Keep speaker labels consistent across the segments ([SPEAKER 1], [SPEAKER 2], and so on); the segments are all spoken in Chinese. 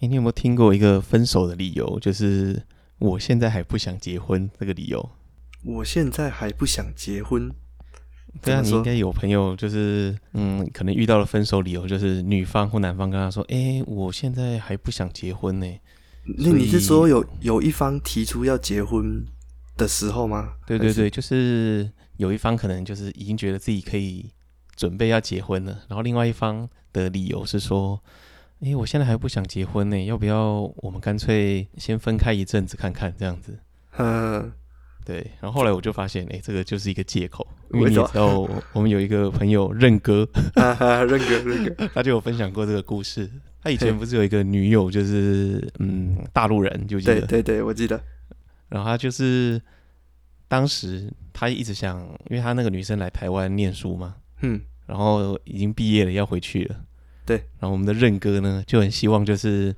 [SPEAKER 1] 诶你有没有听过一个分手的理由？就是我现在还不想结婚这个理由。
[SPEAKER 2] 我现在还不想结婚，
[SPEAKER 1] 对啊，
[SPEAKER 2] 怎么
[SPEAKER 1] 你
[SPEAKER 2] 说
[SPEAKER 1] 应该有朋友，就是嗯，可能遇到了分手理由，就是女方或男方跟他说：“诶，我现在还不想结婚呢。
[SPEAKER 2] 那
[SPEAKER 1] 所
[SPEAKER 2] 你是
[SPEAKER 1] 以
[SPEAKER 2] 说有有一方提出要结婚的时候吗？”
[SPEAKER 1] 对对对，就是有一方可能就是已经觉得自己可以准备要结婚了，然后另外一方的理由是说：“诶，我现在还不想结婚呢，要不要我们干脆先分开一阵子看看这样子？”
[SPEAKER 2] 呃，
[SPEAKER 1] 对，然后后来我就发现，哎、这个就是一个借口，因为
[SPEAKER 2] 为
[SPEAKER 1] 你
[SPEAKER 2] 什
[SPEAKER 1] 也
[SPEAKER 2] 么
[SPEAKER 1] 知道我，我们有一个朋友任哥，
[SPEAKER 2] 哈哈，认哥认哥，
[SPEAKER 1] 他就有分享过这个故事。他以
[SPEAKER 2] 嘿
[SPEAKER 1] 前不是有一个女友，就是嗯大陆人，就记
[SPEAKER 2] 对
[SPEAKER 1] 得，
[SPEAKER 2] 对对，我记得，
[SPEAKER 1] 然后他就是当时他一直想，因为他那个女生来台湾念书嘛，
[SPEAKER 2] 嗯，
[SPEAKER 1] 然后已经毕业了要回去了，
[SPEAKER 2] 对，
[SPEAKER 1] 然后我们的任哥呢就很希望就是。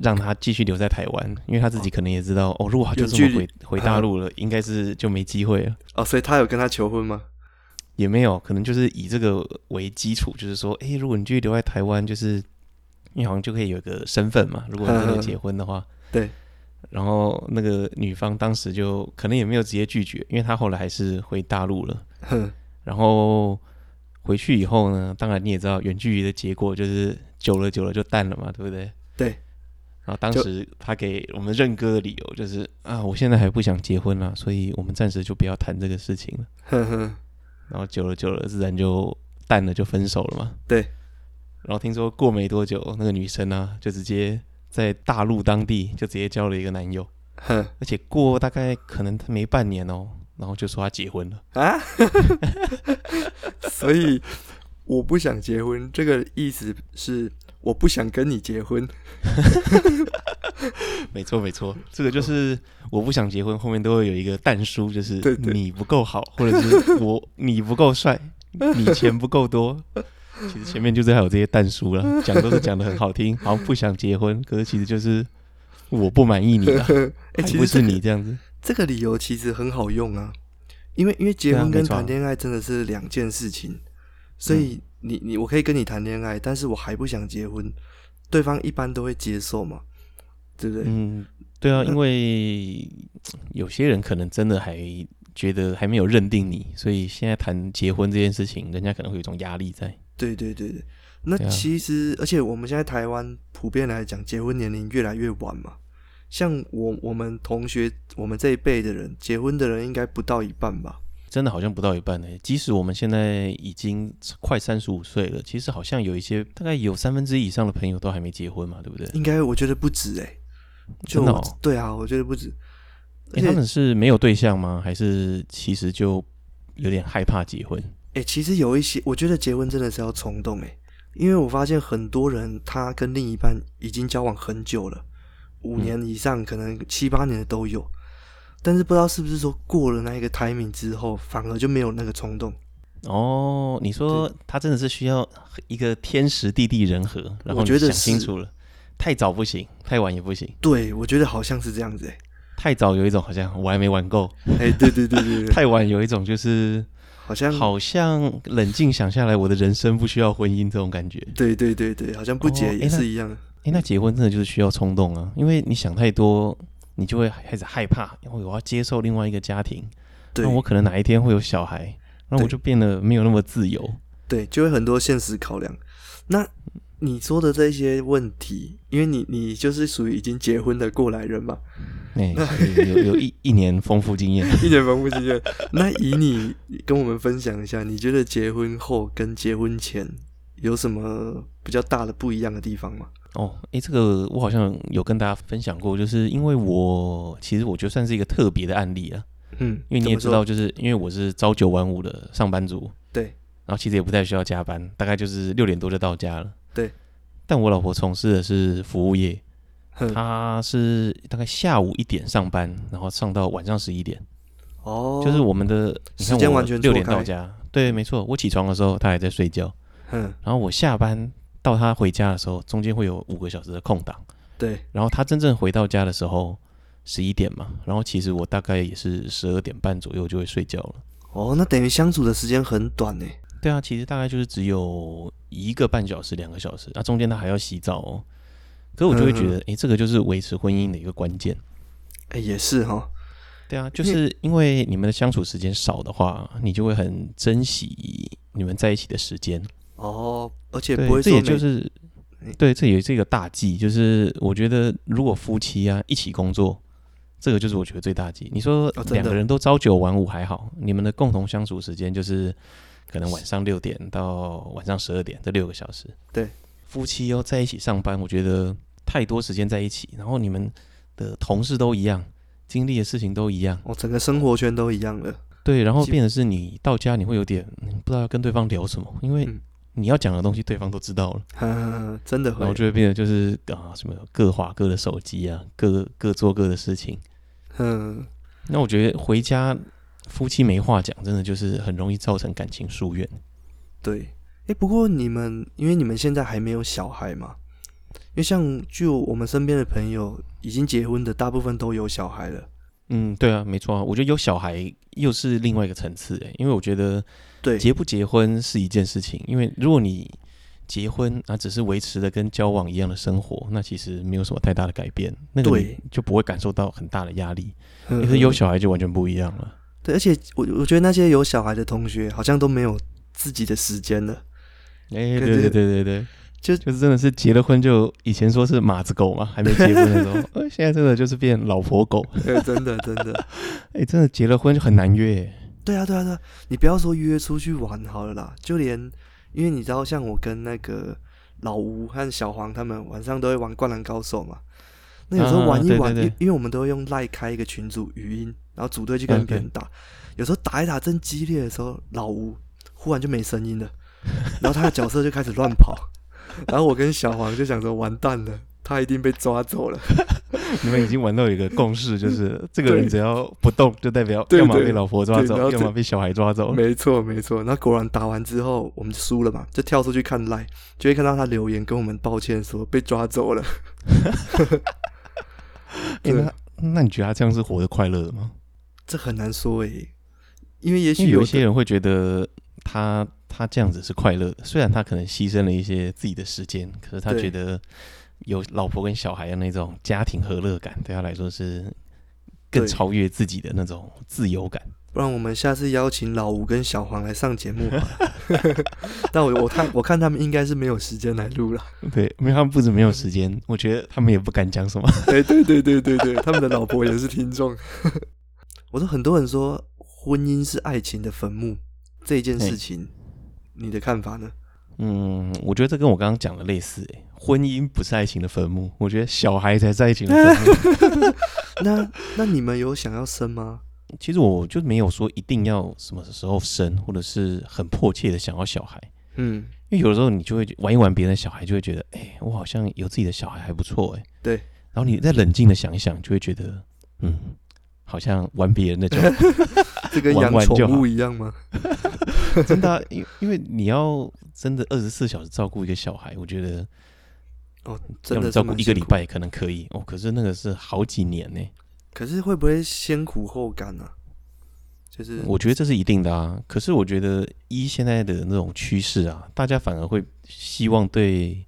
[SPEAKER 1] 让他继续留在台湾，因为他自己可能也知道，哦，如果他就
[SPEAKER 2] 有
[SPEAKER 1] 这么
[SPEAKER 2] 距离啊
[SPEAKER 1] 回回大陆了，应该是就没机会了。
[SPEAKER 2] 哦，所以他有跟他求婚吗？
[SPEAKER 1] 也没有，可能就是以这个为基础，就是说，诶，如果你继续留在台湾，就是你好像就可以有一个身份嘛。如果你真的结婚的话，
[SPEAKER 2] 对。
[SPEAKER 1] 然后那个女方当时就可能也没有直接拒绝，因为她后来还是回大陆了。
[SPEAKER 2] 哼，
[SPEAKER 1] 然后回去以后呢，当然你也知道，远距离的结果就是久了久了就淡了嘛，对不对？
[SPEAKER 2] 对。
[SPEAKER 1] 然后当
[SPEAKER 2] 就
[SPEAKER 1] 时他给我们认哥的理由就是啊，我现在还不想结婚啦，所以我们暂时就不要谈这个事情了。
[SPEAKER 2] 哼哼，
[SPEAKER 1] 然后久了久了，自然就淡了，就分手了嘛。
[SPEAKER 2] 对。
[SPEAKER 1] 然后听说过没多久，那个女生呢、就直接在大陆当地就直接交了一个男友，
[SPEAKER 2] 哼
[SPEAKER 1] 而且过大概可能没半年哦，然后就说她结婚了。
[SPEAKER 2] 啊， 所以我不想结婚，这个意思是我不想跟你结婚。
[SPEAKER 1] 没错没错，
[SPEAKER 2] 嗯
[SPEAKER 1] 这个就是我不想结婚，后面都会有一个淡书，就是
[SPEAKER 2] 对对
[SPEAKER 1] 你不够好，或者是我 你不够帅，你钱不够多。其实前面就是还有这些淡书 了，讲都是讲的很好听，好像不想结婚，可是其实就是我不满意你了。 还
[SPEAKER 2] 哎、其
[SPEAKER 1] 不
[SPEAKER 2] 实这
[SPEAKER 1] 是
[SPEAKER 2] 个
[SPEAKER 1] 你这样子，
[SPEAKER 2] 这个理由其实很好用啊，因为因为结
[SPEAKER 1] 对啊
[SPEAKER 2] 婚跟
[SPEAKER 1] 没错啊嗯
[SPEAKER 2] 谈恋爱真的是两件事情，所以你你我可以跟你谈恋爱，但是我还不想结婚，对方一般都会接受嘛，对不对？
[SPEAKER 1] 嗯，对啊，因为有些人可能真的还觉得还没有认定你，所以现在谈结婚这件事情，人家可能会有一种压力在。
[SPEAKER 2] 对对对对。那
[SPEAKER 1] 对啊
[SPEAKER 2] 其实，而且我们现在台湾普遍来讲，结婚年龄越来越晚嘛。像我我们同学，我们这一辈的人，结婚的人应该不到一半吧？
[SPEAKER 1] 真的好像不到一半呢、即使我们现在已经快三十五岁了，其实好像有一些大概有三分之一以上的朋友都还没结婚嘛，对不对？
[SPEAKER 2] 应该我觉得不止哎、就
[SPEAKER 1] 真的
[SPEAKER 2] 我
[SPEAKER 1] 哦
[SPEAKER 2] 对啊，我觉得不止。而
[SPEAKER 1] 诶
[SPEAKER 2] 且
[SPEAKER 1] 他们是没有对象吗？还是其实就有点害怕结婚？
[SPEAKER 2] 哎、其实有一些，我觉得结婚真的是要冲动哎、因为我发现很多人他跟另一半已经交往很久了，
[SPEAKER 1] 嗯
[SPEAKER 2] 五年以上，可能七八年的都有，但是不知道是不是说过了那一个 timing 之后，反而就没有那个冲动。
[SPEAKER 1] 哦，你说他真的是需要一个天时地利人和，然后
[SPEAKER 2] 我觉
[SPEAKER 1] 你
[SPEAKER 2] 得
[SPEAKER 1] 想清
[SPEAKER 2] 是
[SPEAKER 1] 楚了，太早不行，太晚也不行，
[SPEAKER 2] 对，我觉得好像是这样子 哎、
[SPEAKER 1] 太早有一种好像我还没玩够，
[SPEAKER 2] 哎、对对对对对，
[SPEAKER 1] 太晚有一种就是
[SPEAKER 2] 好像，
[SPEAKER 1] 好像冷静想下来，我的人生不需要婚姻这种感觉。
[SPEAKER 2] 对对对对，好像不
[SPEAKER 1] 哦
[SPEAKER 2] 结
[SPEAKER 1] 哎
[SPEAKER 2] 也
[SPEAKER 1] 那
[SPEAKER 2] 是一样的。
[SPEAKER 1] 诶，那结婚真的就是需要冲动啊，因为你想太多，你就会开始害怕，因为我要接受另外一个家庭，
[SPEAKER 2] 对
[SPEAKER 1] 那我可能哪一天会有小孩，那我
[SPEAKER 2] 对
[SPEAKER 1] 就变得没有那么自由。
[SPEAKER 2] 对，就会很多现实考量。那你说的这些问题，因为你你就是属于已经结婚的过来人嘛，
[SPEAKER 1] 哎、有有有一一年丰富经验。
[SPEAKER 2] 一点防不经验。那以你跟我们分享一下，你觉得结婚后跟结婚前有什么比较大的不一样的地方吗？
[SPEAKER 1] 哦，诶，这个我好像有跟大家分享过，就是因为我其实我觉得算是一个特别的案例啊，
[SPEAKER 2] 嗯，
[SPEAKER 1] 因为你也
[SPEAKER 2] 怎
[SPEAKER 1] 知
[SPEAKER 2] 么
[SPEAKER 1] 道，
[SPEAKER 2] 说，
[SPEAKER 1] 就是因为我是朝九晚五的上班族，
[SPEAKER 2] 对，
[SPEAKER 1] 然后其实也不太需要加班，大概就是六点多就到家了。
[SPEAKER 2] 对，
[SPEAKER 1] 但我老婆从事的是服务业，
[SPEAKER 2] 哼
[SPEAKER 1] 她是大概下午一点上班，然后上到晚上十一点，
[SPEAKER 2] 哦，
[SPEAKER 1] 就是我们的你看
[SPEAKER 2] 时间
[SPEAKER 1] 我
[SPEAKER 2] 完全错
[SPEAKER 1] 六点到
[SPEAKER 2] 开
[SPEAKER 1] 家，对，没错，我起床的时候她还在睡觉，
[SPEAKER 2] 嗯，
[SPEAKER 1] 然后我下班到她回家的时候，中间会有五个小时的空档。
[SPEAKER 2] 对，
[SPEAKER 1] 然后他真正回到家的时候十一点嘛，然后其实我大概也是十二点半左右就会睡觉了。
[SPEAKER 2] 哦，那等于相处的时间很短呢。
[SPEAKER 1] 对啊啊，其实大概就是只有一个半小时、两个小时，那、中间他还要洗澡哦，可是我就会觉
[SPEAKER 2] 嗯
[SPEAKER 1] 得，诶，这个就是维持婚姻的一个关键。
[SPEAKER 2] 哎、也是哈，
[SPEAKER 1] 对啊，就是因为你们的相处时间少的话，你就会很珍惜你们在一起的时间。
[SPEAKER 2] 哦，而且不
[SPEAKER 1] 对，
[SPEAKER 2] 会
[SPEAKER 1] 这
[SPEAKER 2] 说
[SPEAKER 1] 也
[SPEAKER 2] 每
[SPEAKER 1] 就是
[SPEAKER 2] 嗯
[SPEAKER 1] 对，这也是一个大忌。就是我觉得，如果夫妻啊一起工作，这个就是我觉得最大忌。你说
[SPEAKER 2] 哦真的
[SPEAKER 1] 两个人都朝九晚五还好，你们的共同相处时间就是可能晚上六点到晚上十二点这六个小时。
[SPEAKER 2] 对，
[SPEAKER 1] 夫妻又在一起上班，我觉得太多时间在一起，然后你们的同事都一样，经历的事情都一样。
[SPEAKER 2] 哦，整个生活圈都一样了。
[SPEAKER 1] 对，然后
[SPEAKER 2] 基
[SPEAKER 1] 变得是你到家你会有点嗯不知道要跟对方聊什么，因为
[SPEAKER 2] 嗯
[SPEAKER 1] 你要讲的东西对方都知道了，
[SPEAKER 2] 嗯，真的
[SPEAKER 1] 然
[SPEAKER 2] 会
[SPEAKER 1] 后，就会变得就是啊什么各划各的手机啊，各各做各的事情。
[SPEAKER 2] 嗯，
[SPEAKER 1] 那我觉得回家夫妻没话讲，真的就是很容易造成感情疏远。
[SPEAKER 2] 对。哎、不过你们因为你们现在还没有小孩嘛，因为像就我们身边的朋友已经结婚的，大部分都有小孩了。
[SPEAKER 1] 嗯，对啊，没错啊，我觉得有小孩又是另外一个层次诶，因为我觉得
[SPEAKER 2] 对，
[SPEAKER 1] 结不结婚是一件事情，因为如果你结婚啊，只是维持的跟交往一样的生活，那其实没有什么太大的改变，那个你
[SPEAKER 2] 对
[SPEAKER 1] 就不会感受到很大的压力。可
[SPEAKER 2] 嗯
[SPEAKER 1] 是有小孩就完全不一样了。
[SPEAKER 2] 对，而且我我觉得那些有小孩的同学好像都没有自己的时间了。
[SPEAKER 1] 哎、
[SPEAKER 2] 可
[SPEAKER 1] 对对
[SPEAKER 2] 是
[SPEAKER 1] 对对对，
[SPEAKER 2] 就
[SPEAKER 1] 就是真的是结了婚就以前说是马子狗嘛，还没结婚的时候， 呃现在真的就是变老婆狗。
[SPEAKER 2] 对，呃真的真的。
[SPEAKER 1] 哎、真的结了婚就很难约。
[SPEAKER 2] 对啊对啊对啊，你不要说约出去玩好了啦，就连因为你知道，像我跟那个老吴和小黄他们晚上都会玩《灌篮高手》嘛。那有时候
[SPEAKER 1] 啊
[SPEAKER 2] 玩一
[SPEAKER 1] 对
[SPEAKER 2] 玩，
[SPEAKER 1] 对
[SPEAKER 2] 因
[SPEAKER 1] 对
[SPEAKER 2] 因为我们都会用赖开一个群组语音，然后组队去跟
[SPEAKER 1] 嗯
[SPEAKER 2] 别人打。有时候打一打正激烈的时候，老吴忽然就没声音了，然后他的角色就开始乱跑，然后我跟小黄就想说完蛋了，他一定被抓走了。
[SPEAKER 1] 你们已经玩到有一个共识，就是这个
[SPEAKER 2] 对
[SPEAKER 1] 人只要不动，就代表
[SPEAKER 2] 对
[SPEAKER 1] 要么
[SPEAKER 2] 对
[SPEAKER 1] 被老婆抓
[SPEAKER 2] 对
[SPEAKER 1] 走
[SPEAKER 2] 然后，
[SPEAKER 1] 要
[SPEAKER 2] 这
[SPEAKER 1] 么被小孩抓走。
[SPEAKER 2] 没错，没错。那果然打完之后，我们就输了嘛，就跳出去看 l 就会看到他留言跟我们抱歉说被抓走了。
[SPEAKER 1] 哎、
[SPEAKER 2] 对
[SPEAKER 1] 那那你觉得他这样是活得快乐的吗？
[SPEAKER 2] 这很难说诶、因为也
[SPEAKER 1] 因
[SPEAKER 2] 许
[SPEAKER 1] 为有一
[SPEAKER 2] 的
[SPEAKER 1] 些人嗯会觉得他他这样子是快乐的，虽然他可能牺牲了一些自己的时间，可是他
[SPEAKER 2] 对
[SPEAKER 1] 觉得有老婆跟小孩的那种家庭和乐感，对他来说是更
[SPEAKER 2] 对
[SPEAKER 1] 超越自己的那种自由感。
[SPEAKER 2] 不然我们下次邀请老吴跟小黄来上节目好了。 但我我看我看他们应该是没有时间来录了。
[SPEAKER 1] 对，因为他们不止没有时间，我觉得他们也不敢讲什么。
[SPEAKER 2] 对对对对对对，他们的老婆也是听众。 我说很多人说婚姻是爱情的坟墓这件事
[SPEAKER 1] 嘿
[SPEAKER 2] 情，你的看法呢？
[SPEAKER 1] 嗯，我觉得这跟我刚刚讲的类似、欸，婚姻不是爱情的坟墓，我觉得小孩才是爱 情的坟墓。
[SPEAKER 2] 那那你们有想要生吗？
[SPEAKER 1] 其实我就没有说一定要什么时候生，或者是很迫切的想要小孩。
[SPEAKER 2] 嗯，
[SPEAKER 1] 因为有的时候你就会觉玩一玩别人的小孩，就会觉得，哎、我好像有自己的小孩还不错，哎。
[SPEAKER 2] 对。
[SPEAKER 1] 然后你再冷静的想一想，就会觉得，嗯，好像玩别人的 就好
[SPEAKER 2] 这跟
[SPEAKER 1] 玩
[SPEAKER 2] 养
[SPEAKER 1] 玩就
[SPEAKER 2] 宠
[SPEAKER 1] 好
[SPEAKER 2] 物一样吗？
[SPEAKER 1] 真的啊、因因为你要真的二十四小时照顾一个小孩，我觉得
[SPEAKER 2] 哦，真
[SPEAKER 1] 要你
[SPEAKER 2] 的是
[SPEAKER 1] 照顾
[SPEAKER 2] 蛮
[SPEAKER 1] 一个
[SPEAKER 2] 辛
[SPEAKER 1] 礼
[SPEAKER 2] 苦。
[SPEAKER 1] 拜可能可以哦，可是那个是好几年呢、
[SPEAKER 2] 可是会不会先苦后甘呢、啊？就是
[SPEAKER 1] 我觉得这是一定的啊。可是我觉得依现在的那种趋势啊，大家反而会希望对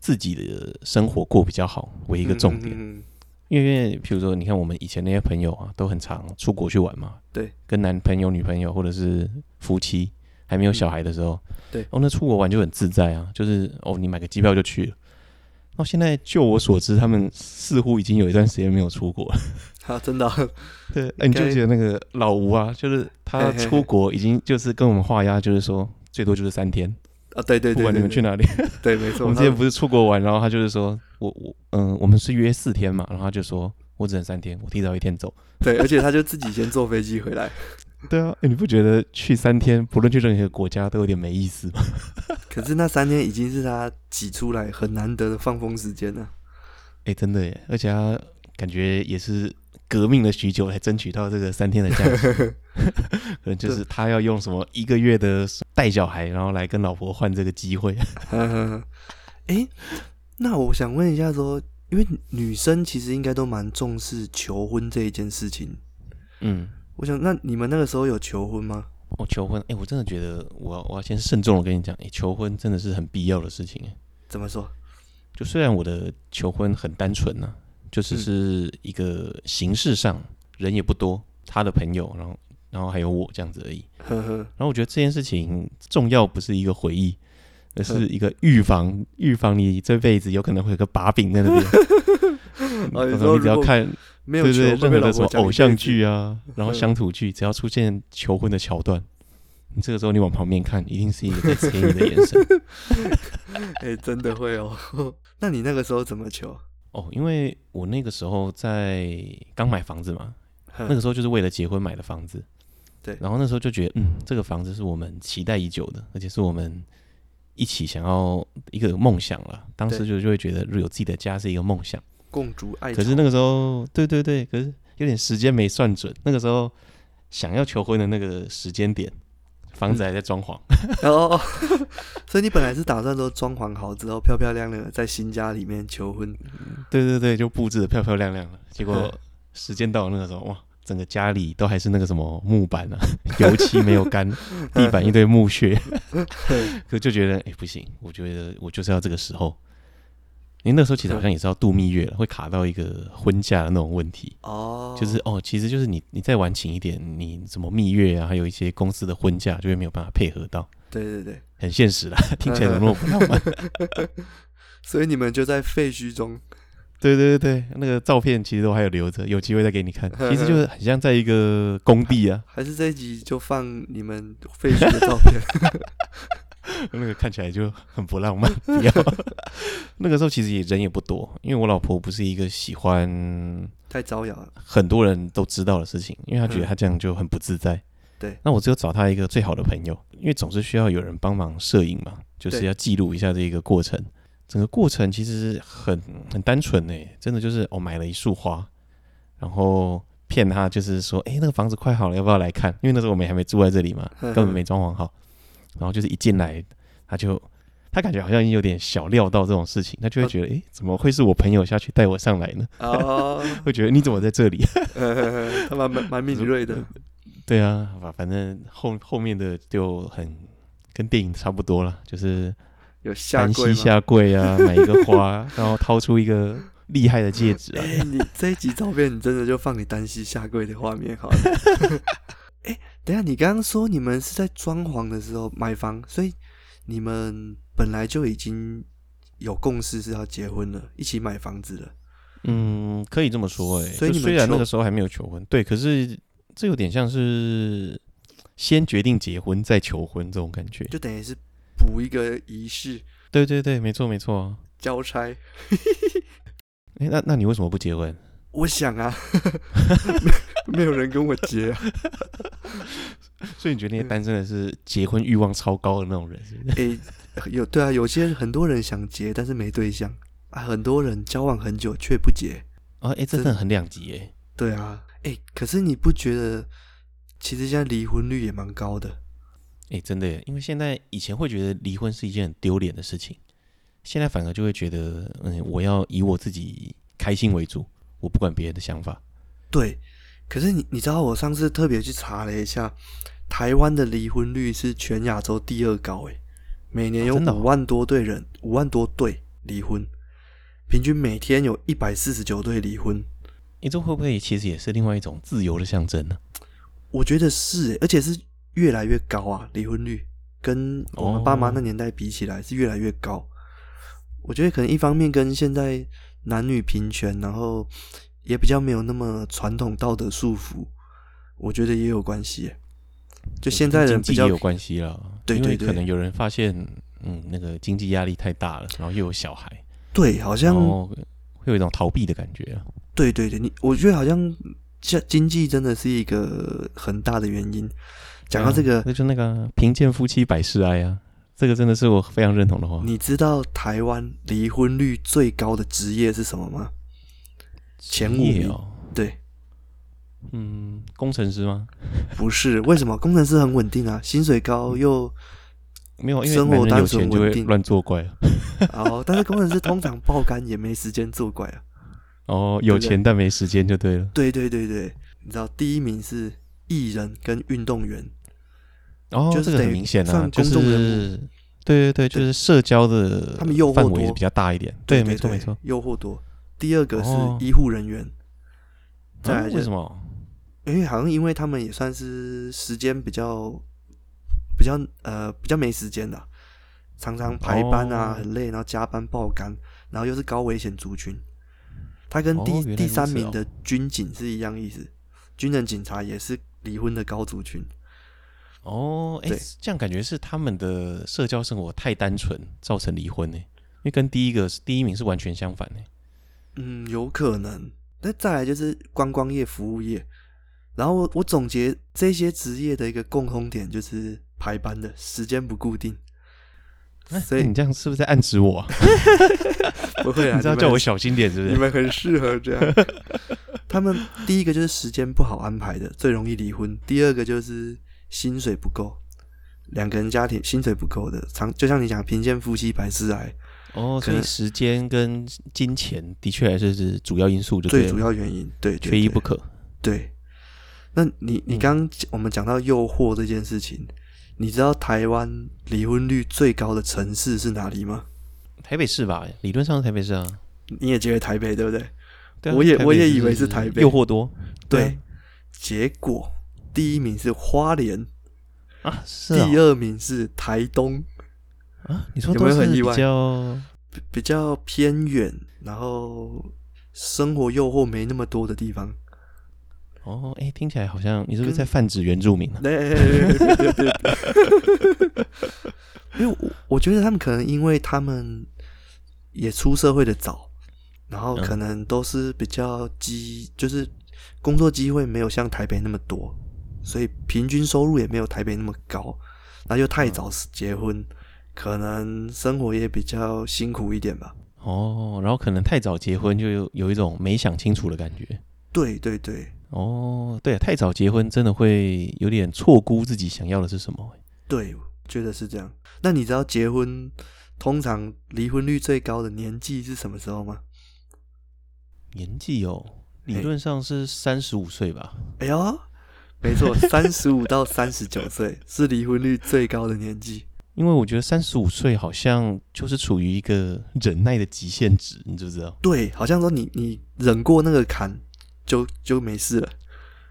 [SPEAKER 1] 自己的生活过比较好为一个重点。
[SPEAKER 2] 嗯嗯嗯嗯
[SPEAKER 1] 因为比如说，你看我们以前那些朋友啊，都很常出国去玩嘛，
[SPEAKER 2] 对，
[SPEAKER 1] 跟男朋友、女朋友或者是夫妻还没有小孩的时候，
[SPEAKER 2] 对
[SPEAKER 1] 哦，那出国玩就很自在啊，就是哦，你买个机票就去了。那现在就我所知，他们似乎已经有一段时间没有出国了。
[SPEAKER 2] 啊，真的啊、
[SPEAKER 1] 对，哎你就
[SPEAKER 2] 该
[SPEAKER 1] 觉得那个老吴啊，就是他
[SPEAKER 2] 嘿嘿嘿
[SPEAKER 1] 出国已经就是跟我们画押，就是说最多就是三天，
[SPEAKER 2] 啊，对对
[SPEAKER 1] 不
[SPEAKER 2] 对
[SPEAKER 1] 管你
[SPEAKER 2] 对
[SPEAKER 1] 们去
[SPEAKER 2] 对，
[SPEAKER 1] 哪里，
[SPEAKER 2] 对，没错。
[SPEAKER 1] 我们
[SPEAKER 2] 他
[SPEAKER 1] 之前不是出国玩，然后他就是说，我我嗯，我们是约四天嘛，然后他就说我只能三天，我提早一天走。
[SPEAKER 2] 对，而且他就自己先坐飞机回来，
[SPEAKER 1] 对啊，诶你不觉得去三天，不论去任何一个国家都有点没意思吗？
[SPEAKER 2] 可是那三天已经是他挤出来很难得的放风时间了、
[SPEAKER 1] 哎、真的耶，而且他感觉也是革命了许久才争取到这个三天的假期， 可能就是他要用什么一个月的带小孩，然后来跟老婆换这个机会。
[SPEAKER 2] 啊。哎，那我想问一下说，因为女生其实应该都蛮重视求婚这一件事情。
[SPEAKER 1] 嗯，
[SPEAKER 2] 我想，那你们那个时候有求婚吗？
[SPEAKER 1] 我、求婚，哎、我真的觉得我要我要先慎重的跟你讲，哎、求婚真的是很必要的事情耶。
[SPEAKER 2] 怎么说？
[SPEAKER 1] 就虽然我的求婚很单纯呢、就只
[SPEAKER 2] 嗯
[SPEAKER 1] 是一个形式上人也不多，他的朋友，然后然后还有我这样子而已。
[SPEAKER 2] 呵呵，
[SPEAKER 1] 然后我觉得这件事情重要不是一个回忆，而
[SPEAKER 2] 嗯。
[SPEAKER 1] 是一个预防，预防你这辈子有可能会有个把柄在那边
[SPEAKER 2] 哦你
[SPEAKER 1] 可
[SPEAKER 2] 说
[SPEAKER 1] 能你只
[SPEAKER 2] 如
[SPEAKER 1] 要
[SPEAKER 2] 果
[SPEAKER 1] 看
[SPEAKER 2] 没
[SPEAKER 1] 对不
[SPEAKER 2] 有
[SPEAKER 1] 对？
[SPEAKER 2] 球会
[SPEAKER 1] 任何
[SPEAKER 2] 被老
[SPEAKER 1] 的什么
[SPEAKER 2] 婆讲一
[SPEAKER 1] 偶
[SPEAKER 2] 辈
[SPEAKER 1] 像
[SPEAKER 2] 子
[SPEAKER 1] 剧啊，然后
[SPEAKER 2] 嗯
[SPEAKER 1] 乡土剧，只要出现求婚的桥段，你这个时候你往旁边看，一定是一个在催你的眼神。
[SPEAKER 2] 哎、真的会哦。 那你那个时候怎么求？
[SPEAKER 1] 哦，因为我那个时候在刚买房子嘛，
[SPEAKER 2] 哼
[SPEAKER 1] 那个时候就是为了结婚买的房子。
[SPEAKER 2] 嗯对
[SPEAKER 1] 然后那时候就觉得，嗯，这个房子是我们期待已久的，而且是我们一起想要一个梦想了。当时
[SPEAKER 2] 对
[SPEAKER 1] 就就会觉得有自己的家是一个梦想。
[SPEAKER 2] 共筑爱巢，哦
[SPEAKER 1] 可是那个时候，对对对，可是有点时间没算准。那个时候想要求婚的那个时间点，房子还在装潢。
[SPEAKER 2] 哦， 哦所以你本来是打算说装潢好之后漂漂亮亮的在新家里面求婚，
[SPEAKER 1] 对对对，就布置的漂漂亮亮了。结果
[SPEAKER 2] 嗯
[SPEAKER 1] 时间到了那个时候，哇，整个家里都还是那个什么木板啊， 油漆没有干， 地板一堆木屑。可就觉得，哎、不行，我觉得我就是要这个时候。因为那时候其实好像也是要度蜜月了，会卡到一个婚嫁的那种问题，
[SPEAKER 2] 哦，
[SPEAKER 1] 就是哦，其实就是你你再晚请一点，你什么蜜月啊，还有一些公司的婚嫁就会没有办法配合到，
[SPEAKER 2] 对对对，
[SPEAKER 1] 很现实啦，听起来怎么那么不浪漫？
[SPEAKER 2] 所以你们就在废墟中，
[SPEAKER 1] 对对对对，那个照片其实都还有留着，有机会再给你看。其实就是很像在一个工地啊，
[SPEAKER 2] 还是这一集就放你们废墟的照片？
[SPEAKER 1] 那个看起来就很不浪漫。不要， 那个时候其实也人也不多，因为我老婆不是一个喜欢
[SPEAKER 2] 太招摇了，
[SPEAKER 1] 很多人都知道的事情，因为她觉得她这样就很不自在。
[SPEAKER 2] 嗯对
[SPEAKER 1] 那我只有找她一个最好的朋友，因为总是需要有人帮忙摄影嘛，就是
[SPEAKER 2] 对
[SPEAKER 1] 要记录一下这个过程。整个过程其实很很单纯诶、真的就是我、哦、买了一束花，然后骗她就是说，诶、那个房子快好了，要不要来看？因为那时候我们还没住在这里嘛，
[SPEAKER 2] 嗯
[SPEAKER 1] 根本没装潢好。然后就是一进来，她就她感觉好像已经有点小料到这种事情，她就会觉得，诶、怎么会是我朋友下去带我上来呢？
[SPEAKER 2] 哦，
[SPEAKER 1] 会觉得你怎么在这里？
[SPEAKER 2] 呃他蛮蛮蛮敏锐的，
[SPEAKER 1] 对啊，反反正后后面的就很跟电影差不多了，就是
[SPEAKER 2] 有下
[SPEAKER 1] 单
[SPEAKER 2] 跪
[SPEAKER 1] 膝
[SPEAKER 2] 吗？
[SPEAKER 1] 下跪啊，买一个花， 然后掏出一个厉害的戒指啊，
[SPEAKER 2] 哎、你这一集照片，你真的就放你单膝下跪的画面好了。哎、等一下，你刚刚说你们是在装潢的时候买房，所以你们本来就已经有共识是要结婚了，一起买房子了。
[SPEAKER 1] 嗯，可以这么说哎、
[SPEAKER 2] 所以
[SPEAKER 1] 就
[SPEAKER 2] 你们
[SPEAKER 1] 虽然
[SPEAKER 2] 求
[SPEAKER 1] 那个时候还没有求婚，对，可是这有点像是先决定结婚再求婚这种感觉。
[SPEAKER 2] 就等于是补一个仪式
[SPEAKER 1] 对对对，没错没错。
[SPEAKER 2] 交差。
[SPEAKER 1] 哎、那那你为什么不结 婚？
[SPEAKER 2] 我想啊，没有人跟我结、啊。
[SPEAKER 1] 所以你觉得那些单身的是结婚欲望超高的那种人是不 是？
[SPEAKER 2] 哎、有对啊，有些很多人想结，但是没对象啊，很多人交往很久却不结。
[SPEAKER 1] 啊，哎、这真的很两极哎。
[SPEAKER 2] 对啊，哎、可是你不觉得，其实现在离婚率也蛮高的？
[SPEAKER 1] 哎、真的耶，因为现在以前会觉得离婚是一件很丢脸的事情，现在反而就会觉得，嗯，我要以我自己开心为主，我不管别人的想法。
[SPEAKER 2] 对，可是你你知道，我上次特别去查了一下，台湾的离婚率是全亚洲第二高、诶，每年有
[SPEAKER 1] 真的哦
[SPEAKER 2] 五万多对人，五、万多对离婚，平均每天有一百四十九对离婚，
[SPEAKER 1] 哎、这会不会其实也是另外一种自由的象征呢？
[SPEAKER 2] 我觉得是、诶而且是越来越高啊，离婚率跟我们爸妈那年代比起来是越来越高。我觉得可能一方面跟现在男女平权，然后也比较没有那么传统道德束缚，我觉得也有关系、诶就
[SPEAKER 1] 就
[SPEAKER 2] 现在人
[SPEAKER 1] 经
[SPEAKER 2] 比
[SPEAKER 1] 济
[SPEAKER 2] 较
[SPEAKER 1] 也有关系了，
[SPEAKER 2] 对
[SPEAKER 1] 因
[SPEAKER 2] 对
[SPEAKER 1] 为可
[SPEAKER 2] 对
[SPEAKER 1] 能有人发现，嗯，那个经济压力太大了，然后又有哦小孩，
[SPEAKER 2] 对，好
[SPEAKER 1] 然
[SPEAKER 2] 像
[SPEAKER 1] 后会有一种逃避的感觉啊。
[SPEAKER 2] 对对对，你我觉得好像像经济真的是一个很大的原因。讲到这个
[SPEAKER 1] 啊，那就那个啊贫贱夫妻百事哀啊，这个真的是我非常认同的话。
[SPEAKER 2] 你知道台湾离婚率最高的职业是什么吗？前五
[SPEAKER 1] 职业
[SPEAKER 2] 名
[SPEAKER 1] 哦，
[SPEAKER 2] 对，
[SPEAKER 1] 嗯，工程师吗？
[SPEAKER 2] 不是，为什么工程师很稳定啊？薪水 高又
[SPEAKER 1] 没有，因为
[SPEAKER 2] 生活
[SPEAKER 1] 男人有
[SPEAKER 2] 单纯
[SPEAKER 1] 钱就会
[SPEAKER 2] 稳定
[SPEAKER 1] 乱作怪啊。
[SPEAKER 2] 哦，但是工程师通常爆肝也没时间作怪啊。
[SPEAKER 1] 哦，有
[SPEAKER 2] 对不对
[SPEAKER 1] 钱但没时间就对了。
[SPEAKER 2] 对对对对，你知道第一名是艺人跟运动员，
[SPEAKER 1] 哦，
[SPEAKER 2] 就是
[SPEAKER 1] 这个很
[SPEAKER 2] 得
[SPEAKER 1] 明显啊，
[SPEAKER 2] 上
[SPEAKER 1] 就
[SPEAKER 2] 公众人物
[SPEAKER 1] 是对对对对，就是社交的
[SPEAKER 2] 他们诱惑
[SPEAKER 1] 范围
[SPEAKER 2] 多
[SPEAKER 1] 比较大一点。
[SPEAKER 2] 对，
[SPEAKER 1] 没
[SPEAKER 2] 对
[SPEAKER 1] 错没
[SPEAKER 2] 对
[SPEAKER 1] 错。
[SPEAKER 2] 诱惑多。第二个是
[SPEAKER 1] 哦
[SPEAKER 2] 医护人员，再
[SPEAKER 1] 啊
[SPEAKER 2] 来就
[SPEAKER 1] 为什么？
[SPEAKER 2] 因为好像因为他们也算是时间比较比较呃比较没时间的，常常排班啊、
[SPEAKER 1] 哦
[SPEAKER 2] 很累，然后加班爆肝，然后又是高危险族群。他跟第、
[SPEAKER 1] 哦原来
[SPEAKER 2] 第三
[SPEAKER 1] 如此哦
[SPEAKER 2] 名的军警是一样意思，军人警察也是离婚的高族群。
[SPEAKER 1] 哦，哎
[SPEAKER 2] 对，
[SPEAKER 1] 这样感觉是他们的社交生活太单纯，造成离婚呢、因为跟第一个是第一名是完全相反呢、
[SPEAKER 2] 嗯，有可能。那再来就是观光业、服务业，然后我我总结这些职业的一个共通点就是排班的时间不固定，
[SPEAKER 1] 哎
[SPEAKER 2] 所以
[SPEAKER 1] 你这样是不是在暗指我、啊？
[SPEAKER 2] 不会 啊，
[SPEAKER 1] 你知道
[SPEAKER 2] 们
[SPEAKER 1] 叫我小心点是不
[SPEAKER 2] 你
[SPEAKER 1] 是？
[SPEAKER 2] 们很适合这 样。他们第一个就是时间不好安排的，最容易离婚；第二个就是薪水不够，两个人家庭薪水不够的，常就像你讲贫贱夫妻百事哀，
[SPEAKER 1] 哦，
[SPEAKER 2] 可
[SPEAKER 1] 所以
[SPEAKER 2] 能
[SPEAKER 1] 时间跟金钱的确还是是主要因素，就对
[SPEAKER 2] 最
[SPEAKER 1] 了
[SPEAKER 2] 主要原因，对，对
[SPEAKER 1] 缺一
[SPEAKER 2] 对
[SPEAKER 1] 不可。嗯
[SPEAKER 2] 对，那你你刚刚我们讲到诱惑这件事情，你知道台湾离婚率最高的城市是哪里吗？
[SPEAKER 1] 台北市吧，理论上是台北市啊。
[SPEAKER 2] 你也觉得台北对不对？
[SPEAKER 1] 对啊
[SPEAKER 2] 我也
[SPEAKER 1] 台北
[SPEAKER 2] 我也
[SPEAKER 1] 就
[SPEAKER 2] 以为是台北
[SPEAKER 1] 诱惑多。
[SPEAKER 2] 对结果第一名是花莲，
[SPEAKER 1] 啊啊，是啊
[SPEAKER 2] 第二名是台东，
[SPEAKER 1] 啊，你说
[SPEAKER 2] 有
[SPEAKER 1] 都
[SPEAKER 2] 没有
[SPEAKER 1] 是
[SPEAKER 2] 很
[SPEAKER 1] 比
[SPEAKER 2] 意外
[SPEAKER 1] 较
[SPEAKER 2] 比比较偏远，然后生活诱惑没那么多的地方。
[SPEAKER 1] 哦，哎，听起来好像你是不是在泛指原住民啊？
[SPEAKER 2] 对对对对对对因为我我觉得他们可能因为他们也出社会的早，然后可能都是比较机，就是工作机会没有像台北那么多，所以平均收入也没有台北那么高，然后又太早结婚，可能生活也比较辛苦一点吧。
[SPEAKER 1] 哦，然后可能太早结婚，就有有一种没想清楚的感觉。
[SPEAKER 2] 对对对，
[SPEAKER 1] 哦，对，太早结婚真的会有点错估自己想要的是什么。
[SPEAKER 2] 对，觉得是这样。那你知道结婚通常离婚率最高的年纪是什么时候吗？
[SPEAKER 1] 年纪哦，理
[SPEAKER 2] 嘿
[SPEAKER 1] 论上是三十五岁吧？
[SPEAKER 2] 哎呦，没错，三十五到三十九岁是离婚率最高的年纪。
[SPEAKER 1] 因为我觉得三十五岁好像就是处于一个忍耐的极限值，你知不知道？
[SPEAKER 2] 对，好像说你你忍过那个坎，就就没事了。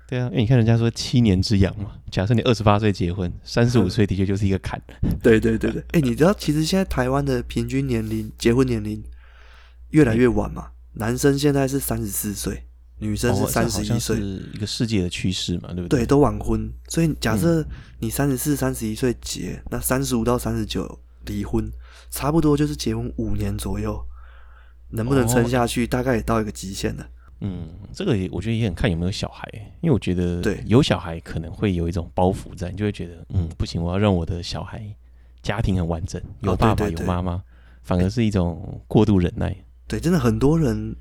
[SPEAKER 1] 对啊，因为你看人家说七年之痒
[SPEAKER 2] 嗯
[SPEAKER 1] 嘛，假设你二十八岁结婚，三十五岁的确就是一个坎。
[SPEAKER 2] 对对对对，哎、你知道其实现在台湾的平均年龄结婚年龄越来越晚嘛？男生现在是三十四岁，女生
[SPEAKER 1] 哦
[SPEAKER 2] 是
[SPEAKER 1] 这
[SPEAKER 2] 三
[SPEAKER 1] 好
[SPEAKER 2] 十一
[SPEAKER 1] 像
[SPEAKER 2] 岁，
[SPEAKER 1] 是一个世界的趋势嘛，对不
[SPEAKER 2] 对，
[SPEAKER 1] 对？对，
[SPEAKER 2] 都晚婚。所以
[SPEAKER 1] 嗯
[SPEAKER 2] 假设你三十四、三十一岁结，那三十五到三十九离婚，差不多就是结婚五年左右，能不能撑
[SPEAKER 1] 哦
[SPEAKER 2] 下去，大概也到一个极限了。
[SPEAKER 1] 嗯，这个也我觉得也很看有没有小孩，因为我觉得
[SPEAKER 2] 对
[SPEAKER 1] 有小孩可能会有一种包袱在，你就会觉得嗯不行，我要让我的小孩家庭很完整，有
[SPEAKER 2] 哦对
[SPEAKER 1] 爸爸
[SPEAKER 2] 对
[SPEAKER 1] 有
[SPEAKER 2] 对
[SPEAKER 1] 妈妈，反而是一种过度忍耐。
[SPEAKER 2] 对，真的很多人，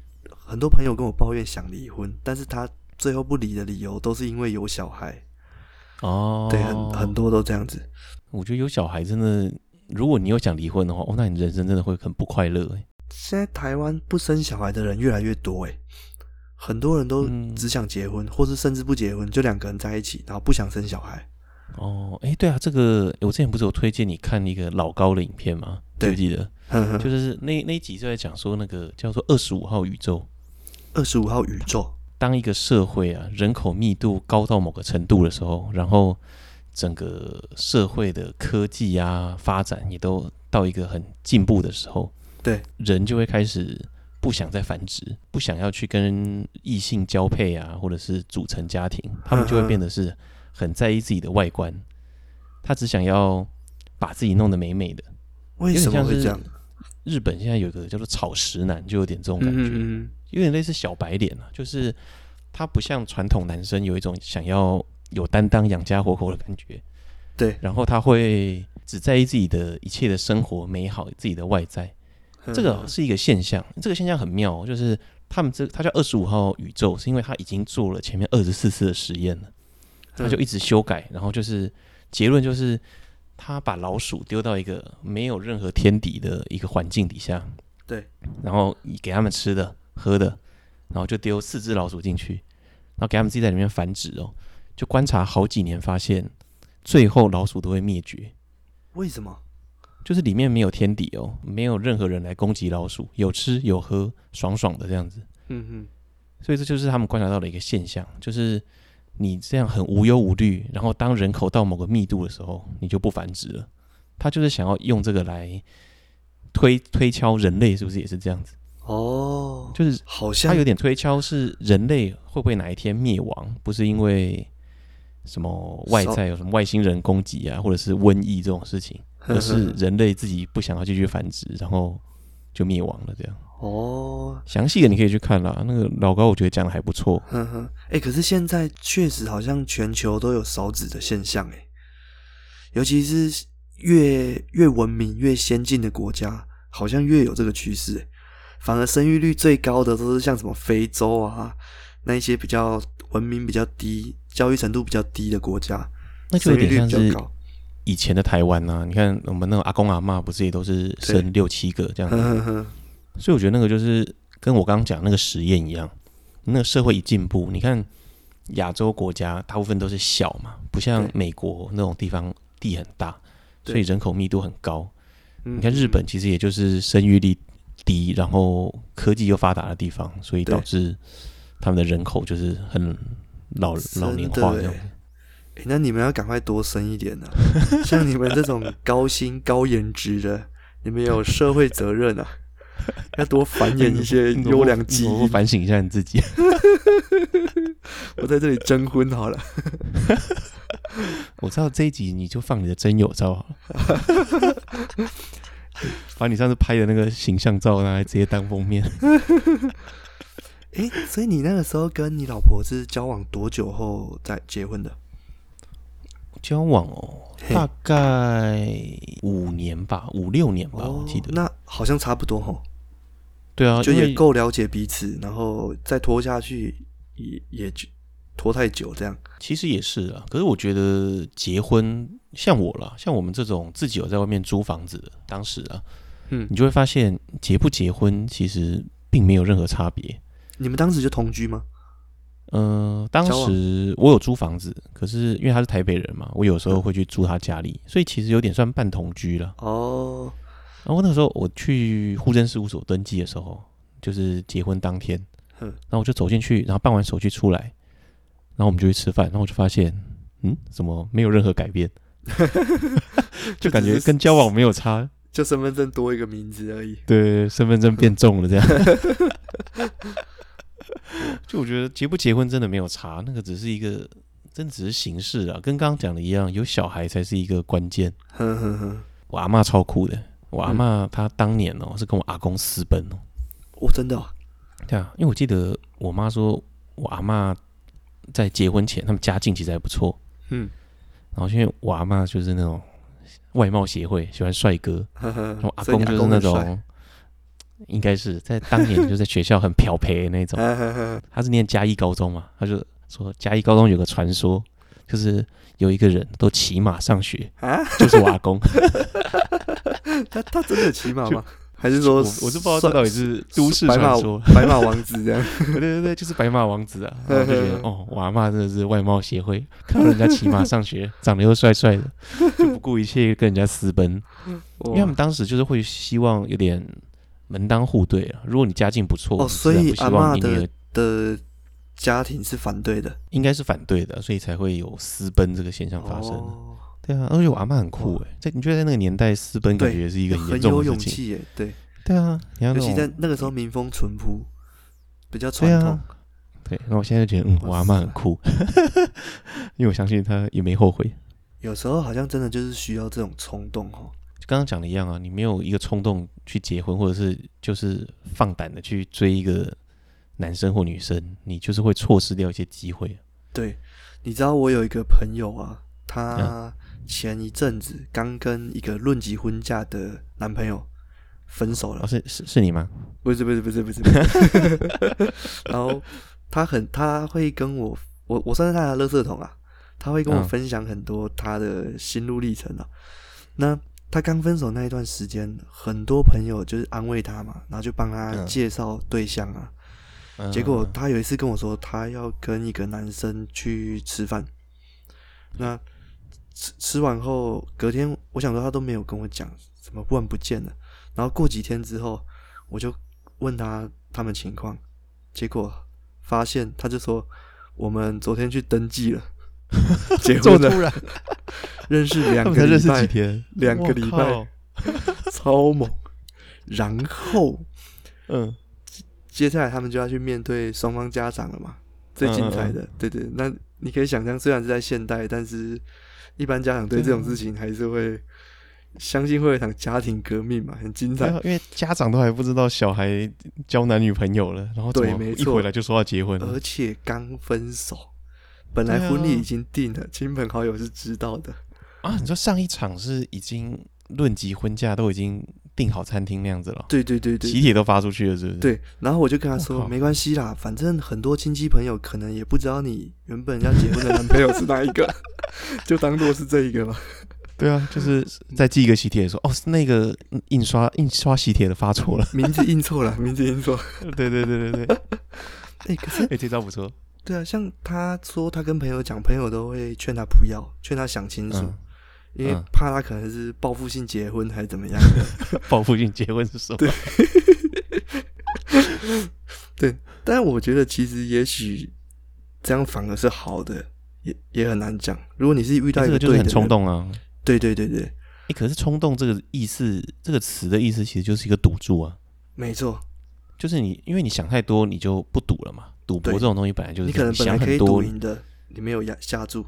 [SPEAKER 2] 很多朋友跟我抱怨想离婚，但是他最后不离的理由都是因为有小孩。
[SPEAKER 1] 哦，
[SPEAKER 2] 对，很很多都这样子。
[SPEAKER 1] 我觉得有小孩真的，如果你有想离婚的话，哦，那你人生真的会很不快乐。哎
[SPEAKER 2] 现在台湾不生小孩的人越来越多，诶，很多人都
[SPEAKER 1] 嗯
[SPEAKER 2] 只想结婚，或是甚至不结婚，就两个人在一起，然后不想生小孩。
[SPEAKER 1] 哦，哎，对啊，这个我之前不是有推荐你看一个老高的影片吗？记
[SPEAKER 2] 对
[SPEAKER 1] 不记得？
[SPEAKER 2] 哼哼，
[SPEAKER 1] 就是那那一集就在讲说那个叫做二十五号宇宙，
[SPEAKER 2] 二十五号宇宙，
[SPEAKER 1] 当一个社会啊人口密度高到某个程度的时候，然后整个社会的科技啊发展也都到一个很进步的时候，
[SPEAKER 2] 对，
[SPEAKER 1] 人就会开始不想再繁殖，不想要去跟异性交配啊，或者是组成家庭，
[SPEAKER 2] 嗯
[SPEAKER 1] 他们就会变得是很在意自己的外观，他只想要把自己弄得美美的。
[SPEAKER 2] 为什么会
[SPEAKER 1] 有点
[SPEAKER 2] 这样
[SPEAKER 1] 像？日本现在有一个叫做草食男，就有点这种感觉。
[SPEAKER 2] 嗯嗯
[SPEAKER 1] 有点类似小白脸啊，就是他不像传统男生有一种想要有担当、养家活口的感觉，
[SPEAKER 2] 嗯，对，
[SPEAKER 1] 然后他会只在意自己的一切的生活美好、自己的外在，
[SPEAKER 2] 嗯
[SPEAKER 1] 这个是一个现象。这个现象很妙哦、就是他们这他叫二十五号宇宙，是因为他已经做了前面二十四次的实验了，他就
[SPEAKER 2] 嗯
[SPEAKER 1] 一直修改，然后就是结论就是。他把老鼠丢到一个没有任何天敌的一个环境底下，
[SPEAKER 2] 对，
[SPEAKER 1] 然后给他们吃的、喝的，然后就丢四只老鼠进去，然后给他们自己在里面繁殖哦。就观察好几年，发现最后老鼠都会灭绝，
[SPEAKER 2] 为什么？
[SPEAKER 1] 就是里面没有天敌哦，没有任何人来攻击老鼠，有吃有喝，爽爽的这样子。
[SPEAKER 2] 嗯哼，
[SPEAKER 1] 所以这就是他们观察到的一个现象，就是你这样很无忧无虑，然后当人口到某个密度的时候，你就不繁殖了。他就是想要用这个来推推敲人类是不是也是这样子，
[SPEAKER 2] 哦，
[SPEAKER 1] 就是
[SPEAKER 2] 好
[SPEAKER 1] 他
[SPEAKER 2] 像
[SPEAKER 1] 有点推敲是人类会不会哪一天灭亡，不是因为什么外
[SPEAKER 2] 少
[SPEAKER 1] 在有什么外星人攻击啊，或者是瘟疫这种事 情，而是人类自己不想要继续繁殖，然后就灭亡了这样。
[SPEAKER 2] 哦，
[SPEAKER 1] 详细的你可以去看啦，那个老高我觉得讲的还不错。
[SPEAKER 2] 哼哼，哎、可是现在确实好像全球都有少子的现象、欸，尤其是越越文明、越先进的国家，好像越有这个趋势、欸，反而生育率最高的都是像什么非洲啊，那一些比较文明比较低、教育程度比较低的国家，
[SPEAKER 1] 那就有
[SPEAKER 2] 生育
[SPEAKER 1] 点
[SPEAKER 2] 率
[SPEAKER 1] 像
[SPEAKER 2] 比较
[SPEAKER 1] 是
[SPEAKER 2] 高。
[SPEAKER 1] 以前的台湾啊呐、你看我们那种阿公阿嬷不是也都是生六七个这样
[SPEAKER 2] 哼
[SPEAKER 1] 子，
[SPEAKER 2] 哼哼，
[SPEAKER 1] 所以我觉得那个就是跟我刚刚讲那个实验一样，那个社会一进步，你看亚洲国家大部分都是小嘛，不像
[SPEAKER 2] 对
[SPEAKER 1] 美国那种地方地很大，
[SPEAKER 2] 对嗯
[SPEAKER 1] 所以人口密度很高。
[SPEAKER 2] 你
[SPEAKER 1] 你看日本其实也就是生育率低，然后科技又发达的地方，所以
[SPEAKER 2] 对
[SPEAKER 1] 导致他们的人口就是很老老年化这样子。
[SPEAKER 2] 欸那你们要赶快多生一 点呢、啊！像你们这种高薪高颜值的，你们有社会责任啊，要多繁衍一些
[SPEAKER 1] 你怎么
[SPEAKER 2] 优
[SPEAKER 1] 不
[SPEAKER 2] 良基
[SPEAKER 1] 你怎么不
[SPEAKER 2] 因。
[SPEAKER 1] 反省一下你自己。
[SPEAKER 2] 我在这里征婚好了，
[SPEAKER 1] 我知道这一集你就放你的真友照好了， 把你上次拍的那个形象照拿来直接当封面。
[SPEAKER 2] 哎、所以你那个时候跟你老婆是交往多久后再结婚的？
[SPEAKER 1] 交往哦，
[SPEAKER 2] 嘿
[SPEAKER 1] 大概五年吧，五六年吧，哦我记得。
[SPEAKER 2] 那好像差不多吼，
[SPEAKER 1] 对啊，
[SPEAKER 2] 哦就
[SPEAKER 1] 因
[SPEAKER 2] 也
[SPEAKER 1] 为
[SPEAKER 2] 够了解彼此，然后再拖下去也也就拖太久这样。
[SPEAKER 1] 其实也是啊，可是我觉得结婚像我啦，像我们这种自己有在外面租房子的，当时啊，
[SPEAKER 2] 嗯
[SPEAKER 1] 你，就会发现结不结婚其实并没有任何差别。
[SPEAKER 2] 你们当时就同居吗？
[SPEAKER 1] 嗯、当
[SPEAKER 2] 交往
[SPEAKER 1] 时我有租房子，可是因为他是台北人嘛，我有时
[SPEAKER 2] 嗯
[SPEAKER 1] 候会去住他家里，所以其实有点算半同居了。
[SPEAKER 2] 哦，
[SPEAKER 1] 然后那时候我去户政事务所登记的时候，就是结婚当天，
[SPEAKER 2] 嗯
[SPEAKER 1] 然后我就走进去，然后办完手续出来，然后我们就去吃饭，然后我就发现，嗯，怎么没有任何改 变，就感觉
[SPEAKER 2] 只是
[SPEAKER 1] 跟交往没有差，
[SPEAKER 2] 就身份证多一个名字而已。
[SPEAKER 1] 对，身份证变重了这样。 就我觉得结不结婚真的没有差，那个只是一个，真的只是形式啊，跟刚刚讲的一样，有小孩才是一个关键。
[SPEAKER 2] 哼哼哼，
[SPEAKER 1] 我阿嬷超酷的，我阿嬷她当年哦、是跟我阿公私奔哦、
[SPEAKER 2] 我真的哦、
[SPEAKER 1] 对啊，因为我记得我妈说，我阿嬷在结婚前，他们家境其实还不错。
[SPEAKER 2] 嗯，
[SPEAKER 1] 然后因为我阿嬷就是那种外貌协会，喜欢帅哥，
[SPEAKER 2] 呵呵
[SPEAKER 1] 然后哦阿
[SPEAKER 2] 嗯所以
[SPEAKER 1] 公
[SPEAKER 2] 你
[SPEAKER 1] 就是那
[SPEAKER 2] 很帅
[SPEAKER 1] 种， 应该是在当年就在学校很漂培的那种。
[SPEAKER 2] 呵呵呵
[SPEAKER 1] 他是念嘉义高中嘛，他就说嘉义高中有个传说，就是有一个人都骑马上学，
[SPEAKER 2] 啊，
[SPEAKER 1] 就是我阿 公。
[SPEAKER 2] 他他真的 骑马吗？还是
[SPEAKER 1] 我
[SPEAKER 2] 说
[SPEAKER 1] 我是不知道这
[SPEAKER 2] 帅
[SPEAKER 1] 到底是都市
[SPEAKER 2] 白
[SPEAKER 1] 传
[SPEAKER 2] 马
[SPEAKER 1] 说，
[SPEAKER 2] 白马王 子这样？
[SPEAKER 1] 对对对，就是白马王子 啊！然后就觉得哦，我阿妈真的是外貌协会，看到人家骑马上学，长得又帅帅 的，就不顾一切跟人家私奔。 因为他们当时就是会希望有点门当户对啊。如果你家境不错，
[SPEAKER 2] 哦所
[SPEAKER 1] 自然
[SPEAKER 2] 以
[SPEAKER 1] 不希
[SPEAKER 2] 阿
[SPEAKER 1] 望
[SPEAKER 2] 嬷
[SPEAKER 1] 你女儿
[SPEAKER 2] 的家庭是反对的，
[SPEAKER 1] 应该是反对的，所以才会有私奔这个现象发生。
[SPEAKER 2] 哦
[SPEAKER 1] 对啊，而且我阿妈很酷诶、在你觉得在那个年代私奔感
[SPEAKER 2] 对
[SPEAKER 1] 觉是一个很严
[SPEAKER 2] 很
[SPEAKER 1] 重
[SPEAKER 2] 有
[SPEAKER 1] 的事
[SPEAKER 2] 勇
[SPEAKER 1] 情？
[SPEAKER 2] 气耶，对，
[SPEAKER 1] 对啊，你看
[SPEAKER 2] 尤
[SPEAKER 1] 那
[SPEAKER 2] 其在
[SPEAKER 1] 种
[SPEAKER 2] 那个时候民风淳朴，比较
[SPEAKER 1] 对
[SPEAKER 2] 传统
[SPEAKER 1] 啊。，对。那我现在就觉得嗯，我阿妈很酷， 因为我相信她也没后悔。
[SPEAKER 2] 有时候好像真的就是需要这种冲动哦。
[SPEAKER 1] 就刚刚讲的一样啊，你没有一个冲动去结婚，或者是就是放胆的去追一个男生或女生，你就是会错失掉一些机会。
[SPEAKER 2] 对，你知道我有一个朋友啊，
[SPEAKER 1] 嗯
[SPEAKER 2] 她前一阵子刚跟一个论及婚嫁的男朋友分手了
[SPEAKER 1] 哦，。是是是你吗？
[SPEAKER 2] 不是不是不是不是，不是 然后他很他会跟我，我我算是他的垃圾桶啊，他会跟我
[SPEAKER 1] 嗯
[SPEAKER 2] 分享很多他的心路历程啊。那他刚分手那一段时间，很多朋友就是安慰他嘛，然后就帮他
[SPEAKER 1] 嗯
[SPEAKER 2] 介绍对象啊。
[SPEAKER 1] 嗯
[SPEAKER 2] 结果他有一次跟我说，他要跟一个男生去吃饭，那吃吃完后，隔天我想说他都没有跟我讲怎么突然不见了？然后过几天之后，我就问他他们情况，结果发现他就说我们昨天去登 记了，结
[SPEAKER 1] 这么突
[SPEAKER 2] 婚了，
[SPEAKER 1] 然，
[SPEAKER 2] 认识两
[SPEAKER 1] 他们
[SPEAKER 2] 个
[SPEAKER 1] 才认
[SPEAKER 2] 礼
[SPEAKER 1] 识几
[SPEAKER 2] 拜，
[SPEAKER 1] 天，
[SPEAKER 2] 两个
[SPEAKER 1] 我
[SPEAKER 2] 礼
[SPEAKER 1] 靠
[SPEAKER 2] 拜，超猛。然后
[SPEAKER 1] 嗯，
[SPEAKER 2] 接下来他们就要去面对双方家长了嘛，最精彩的，对对。那你可以想象，虽然是在现代，但是一般家长对这种事情还是会相信会有一场家庭革命嘛，很精
[SPEAKER 1] 对
[SPEAKER 2] 彩
[SPEAKER 1] 啊。因为家长都还不知道小孩交男女朋友了，然后怎
[SPEAKER 2] 对
[SPEAKER 1] 么
[SPEAKER 2] 没
[SPEAKER 1] 一
[SPEAKER 2] 错呃
[SPEAKER 1] 回来就说要结婚了
[SPEAKER 2] 而，且刚分手，本
[SPEAKER 1] 对
[SPEAKER 2] 来
[SPEAKER 1] 啊
[SPEAKER 2] 婚礼已经定了，亲朋好友是知道的，
[SPEAKER 1] 啊，你说上一场是已经论及婚嫁，都已经订好餐厅那样子了，
[SPEAKER 2] 对对对对
[SPEAKER 1] 喜帖都发出去了，是不是？，
[SPEAKER 2] 对，然后我就跟他
[SPEAKER 1] 我
[SPEAKER 2] 说，
[SPEAKER 1] 靠
[SPEAKER 2] 没关系啦，反正很多亲戚朋友可能也不知道你原本要结婚的男朋友是哪一个，就当做是这一个吧。
[SPEAKER 1] 对啊，就是再寄一个喜帖说，哦，是那个嗯印刷印刷喜帖的发错 了，
[SPEAKER 2] 名字印错了，名字印错。
[SPEAKER 1] 对对对对对，
[SPEAKER 2] 哎、可是
[SPEAKER 1] 哎、这招不错，
[SPEAKER 2] 对啊，像他说他跟朋友讲，朋友都会劝他不要，劝他想清楚，
[SPEAKER 1] 嗯，
[SPEAKER 2] 因为
[SPEAKER 1] 嗯
[SPEAKER 2] 怕他可能是报复性结婚还是怎么样。
[SPEAKER 1] 报复性结婚是什么？
[SPEAKER 2] 但我觉得其实也许这样反而是好的，也也很难讲。如果你是遇到
[SPEAKER 1] 哎
[SPEAKER 2] 一
[SPEAKER 1] 这个就
[SPEAKER 2] 对
[SPEAKER 1] 是
[SPEAKER 2] 的
[SPEAKER 1] 很冲
[SPEAKER 2] 人，
[SPEAKER 1] 动啊。
[SPEAKER 2] 对对对对，
[SPEAKER 1] 哎、可是冲动这个意思，这个词的意思其实就是一个赌注啊，
[SPEAKER 2] 没错，
[SPEAKER 1] 就是你因为你想太多，你就不赌了嘛。赌博
[SPEAKER 2] 对
[SPEAKER 1] 这种东西本来就是
[SPEAKER 2] 你
[SPEAKER 1] 这
[SPEAKER 2] 可
[SPEAKER 1] 样
[SPEAKER 2] 能本来
[SPEAKER 1] 想
[SPEAKER 2] 可
[SPEAKER 1] 很
[SPEAKER 2] 以
[SPEAKER 1] 多
[SPEAKER 2] 赌，赢的，你没有压下注。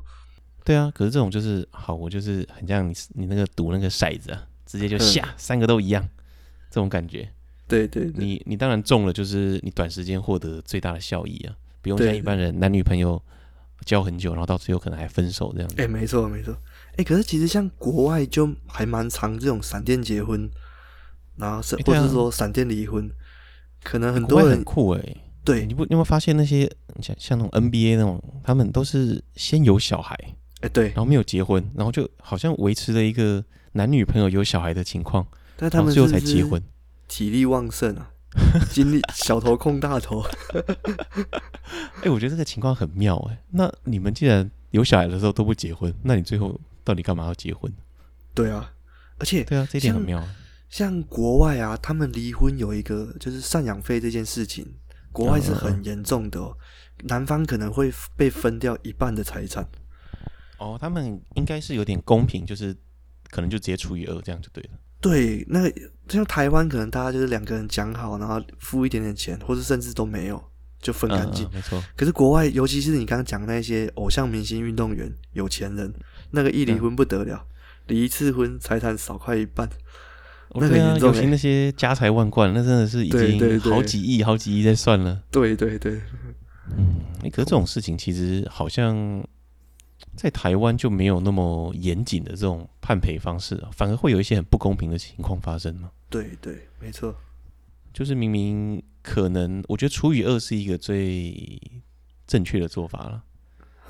[SPEAKER 1] 对啊。可是这种就是好，我就是很像你你那个赌那个骰子啊，直接就
[SPEAKER 2] 嗯
[SPEAKER 1] 下、三个都一样，这种感觉。
[SPEAKER 2] 对对对，
[SPEAKER 1] 你你当然中了，就是你短时间获得最大的效益啊，不用
[SPEAKER 2] 对
[SPEAKER 1] 像一般人男女朋友交很久，然后到最后可能还分手这样子。
[SPEAKER 2] 哎、没错没错，哎、可是其实像国外就还蛮常这种闪电结婚，然后是、
[SPEAKER 1] 哎
[SPEAKER 2] 或
[SPEAKER 1] 对啊
[SPEAKER 2] 者是说闪电离婚，可能很
[SPEAKER 1] 国外
[SPEAKER 2] 多人
[SPEAKER 1] 很酷哎、
[SPEAKER 2] 对，
[SPEAKER 1] 你不你有没有发现那些像像那种 NBA 那种，他们都是先有小孩，
[SPEAKER 2] 哎、对
[SPEAKER 1] 然，后没有结婚，然后就好像维持了一个男女朋友有小孩的情况，
[SPEAKER 2] 但他
[SPEAKER 1] 然后
[SPEAKER 2] 们
[SPEAKER 1] 最
[SPEAKER 2] 是
[SPEAKER 1] 后
[SPEAKER 2] 不
[SPEAKER 1] 才
[SPEAKER 2] 是
[SPEAKER 1] 结婚。
[SPEAKER 2] 体力旺盛啊， 精力小头控大头，
[SPEAKER 1] 哎、我觉得这个情况很妙哎、那你们既然有小孩的时候都不结婚，那你最后到底干嘛要结婚？
[SPEAKER 2] 对啊，而且
[SPEAKER 1] 对啊，这一点很
[SPEAKER 2] 像
[SPEAKER 1] 妙啊。
[SPEAKER 2] 像国外啊，他们离婚有一个就是赡养费这件事情，国外是
[SPEAKER 1] 嗯嗯
[SPEAKER 2] 很严重的哦，男方可能会被分掉一半的财产。
[SPEAKER 1] 哦，他们应该是有点公平，就是可能就直接除以二，这样就对了。
[SPEAKER 2] 对，那个像台湾可能大家就是两个人讲好，然后付一点点钱，或者甚至都没有就分干净。
[SPEAKER 1] 嗯嗯没错。
[SPEAKER 2] 可是国外，尤其是你刚刚讲那些偶像明星、运动员、有钱人，那个一离
[SPEAKER 1] 嗯
[SPEAKER 2] 婚不得了，离一次婚财产少快一半。
[SPEAKER 1] 哦
[SPEAKER 2] 那
[SPEAKER 1] 对
[SPEAKER 2] 很
[SPEAKER 1] 啊，
[SPEAKER 2] 严重
[SPEAKER 1] 尤
[SPEAKER 2] 欸
[SPEAKER 1] 其那些家财万贯，那真的是已
[SPEAKER 2] 对对
[SPEAKER 1] 经
[SPEAKER 2] 对
[SPEAKER 1] 好几亿、好几亿在算了。
[SPEAKER 2] 对对对，
[SPEAKER 1] 嗯，欸可是这种事情其实好像在台湾就没有那么严谨的这种判赔方式、啊，反而会有一些很不公平的情况发生嘛。
[SPEAKER 2] 对对，没错，
[SPEAKER 1] 就是明明可能，我觉得除以二是一个最正确的做法了，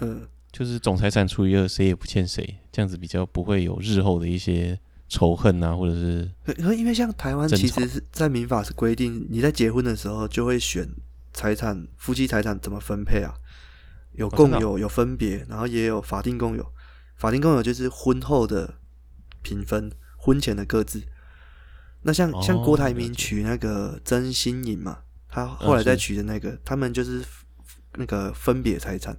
[SPEAKER 2] 嗯，
[SPEAKER 1] 就是总财产除以二，谁也不欠谁，这样子比较不会有日后的一些仇恨啊，或者是
[SPEAKER 2] 可可因为像台湾
[SPEAKER 1] 争
[SPEAKER 2] 其
[SPEAKER 1] 吵
[SPEAKER 2] 实是在民法是规定，你在结婚的时候就会选财产夫妻财产怎么分配啊，有
[SPEAKER 1] 真
[SPEAKER 2] 共
[SPEAKER 1] 的哦
[SPEAKER 2] 有、有分别，然后也有法定共有，法定共有就是婚后的平分，婚前的各自。那像、像郭
[SPEAKER 1] 哦
[SPEAKER 2] 台
[SPEAKER 1] 了
[SPEAKER 2] 铭
[SPEAKER 1] 解
[SPEAKER 2] 娶那个曾心颖嘛，他
[SPEAKER 1] 嗯
[SPEAKER 2] 后来再
[SPEAKER 1] 是
[SPEAKER 2] 娶的那个，他们就是那个分别财产，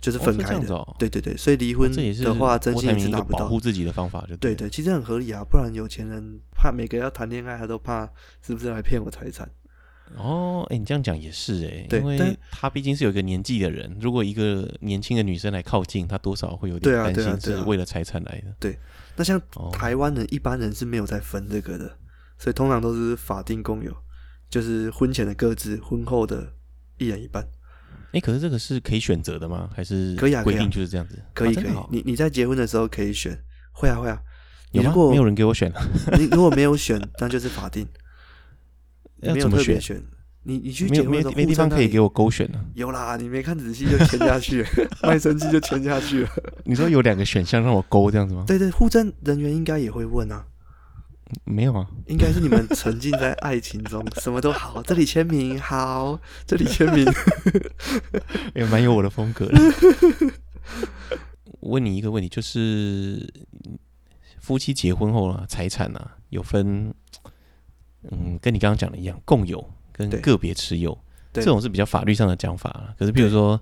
[SPEAKER 2] 就是
[SPEAKER 1] 哦
[SPEAKER 2] 分
[SPEAKER 1] 是这
[SPEAKER 2] 开
[SPEAKER 1] 样
[SPEAKER 2] 的。
[SPEAKER 1] 子哦
[SPEAKER 2] 对对对，所以离
[SPEAKER 1] 哦
[SPEAKER 2] 婚
[SPEAKER 1] 这也是
[SPEAKER 2] 的话，曾
[SPEAKER 1] 郭
[SPEAKER 2] 心
[SPEAKER 1] 台
[SPEAKER 2] 颖
[SPEAKER 1] 铭
[SPEAKER 2] 是
[SPEAKER 1] 一个
[SPEAKER 2] 拿不
[SPEAKER 1] 保
[SPEAKER 2] 到。
[SPEAKER 1] 护自己的方法，就对
[SPEAKER 2] 对对，其实很合理啊，不然有钱人怕每个要谈恋爱，他都怕是不是来骗我财产？
[SPEAKER 1] 哦，哎、你这样讲也是哎、
[SPEAKER 2] 对
[SPEAKER 1] 因
[SPEAKER 2] 但
[SPEAKER 1] 为他毕竟是有一个年纪的人，如果一个年轻的女生来靠近，他多少会有点
[SPEAKER 2] 对啊
[SPEAKER 1] 担
[SPEAKER 2] 对啊
[SPEAKER 1] 心
[SPEAKER 2] 对
[SPEAKER 1] 是
[SPEAKER 2] 啊
[SPEAKER 1] 为了财产来的。
[SPEAKER 2] 那像
[SPEAKER 1] 哦，
[SPEAKER 2] 台湾人一般人是没有在分这个的，所以通常都是法定共有，就是婚前的各自，婚后的一人一半。
[SPEAKER 1] 哎、可是这个是可以选择的吗？还是
[SPEAKER 2] 可以啊可以
[SPEAKER 1] 规
[SPEAKER 2] 啊
[SPEAKER 1] 定就是这样子？
[SPEAKER 2] 可以
[SPEAKER 1] 啊真
[SPEAKER 2] 可
[SPEAKER 1] 的
[SPEAKER 2] 以
[SPEAKER 1] 哦，
[SPEAKER 2] 你你在结婚的时候可以选，会啊会啊。你
[SPEAKER 1] 有
[SPEAKER 2] 如
[SPEAKER 1] 吗？
[SPEAKER 2] 果
[SPEAKER 1] 没有人给我选啊，
[SPEAKER 2] 你如果没有选， 那就是法定，你
[SPEAKER 1] 要
[SPEAKER 2] 没有
[SPEAKER 1] 怎么
[SPEAKER 2] 特别
[SPEAKER 1] 选？
[SPEAKER 2] 选。你你去
[SPEAKER 1] 没
[SPEAKER 2] 结
[SPEAKER 1] 有
[SPEAKER 2] 婚
[SPEAKER 1] 没
[SPEAKER 2] 的
[SPEAKER 1] 有
[SPEAKER 2] 时候，
[SPEAKER 1] 没地方可以给
[SPEAKER 2] 我。
[SPEAKER 1] 我勾选呢、
[SPEAKER 2] 有啦，你没看仔细就签下去 了，卖身契就签下去了。
[SPEAKER 1] 你说有两个选项让我勾这样子吗？
[SPEAKER 2] 对对，户政人员应该也会问啊。
[SPEAKER 1] 没有啊，
[SPEAKER 2] 应该是你们沉浸在爱情 中，什么都好，这里签名好，这里签名。
[SPEAKER 1] 也蛮有我的 风格的。问你一个问题，就是夫妻结婚后啊，财产啊有分，嗯，跟你刚刚讲的一样，共有跟
[SPEAKER 2] 对
[SPEAKER 1] 个别持有，
[SPEAKER 2] 对
[SPEAKER 1] 这种是比较法律上的讲法啦。可是，比如
[SPEAKER 2] 对
[SPEAKER 1] 说